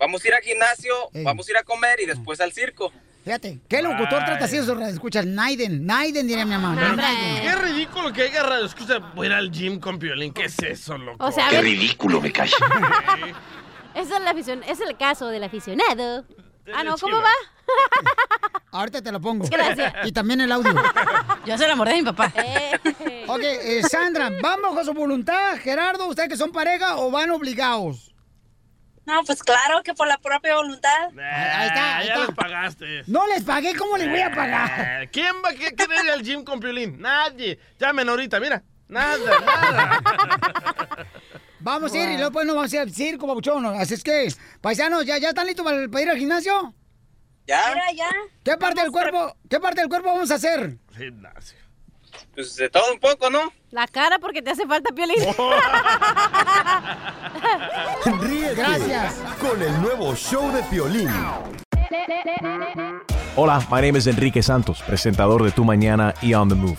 Vamos a ir al gimnasio, vamos a ir a comer y después al circo. Fíjate, ¿qué locutor Ay. trata así de sus escuchas? Naiden, Naiden diría mi mamá. Pero, Naiden. Qué ridículo que haya radio. Escucha, voy a ir al gym con Piolín. ¿Qué es eso, loco? O sea, Qué a ver- ridículo me cae. Eso es, la aficion- es el caso del aficionado. Ah, no, ¿cómo Chivas. va? Ahorita te lo pongo. Gracias. Y también el audio. Yo se la mordé a mi papá. Ok, eh, Sandra, ¿van bajo su voluntad, Gerardo, ustedes que son pareja o van obligados? No, pues claro que por la propia voluntad. Eh, Ahí está, ahí ya está. les pagaste. No les pagué, ¿cómo les voy a pagar? Eh, ¿Quién va a que- querer ir al gym con Piolín? Nadie. Llamen ahorita, mira. [laughs] Nada, nada. Vamos a ir y luego pues, nos vamos a ir al circo, babuchón. Así es que, paisanos, ¿ya, ya están listos para, para ir al gimnasio? Ya, ya. ¿Qué parte del cuerpo, qué parte del cuerpo vamos a hacer? Gimnasio. pues de todo un poco, ¿no? La cara porque te hace falta piolín. Ríete con el nuevo show de Piolín. Hola, my name es Enrique Santos, presentador de Tu Mañana y On the Move.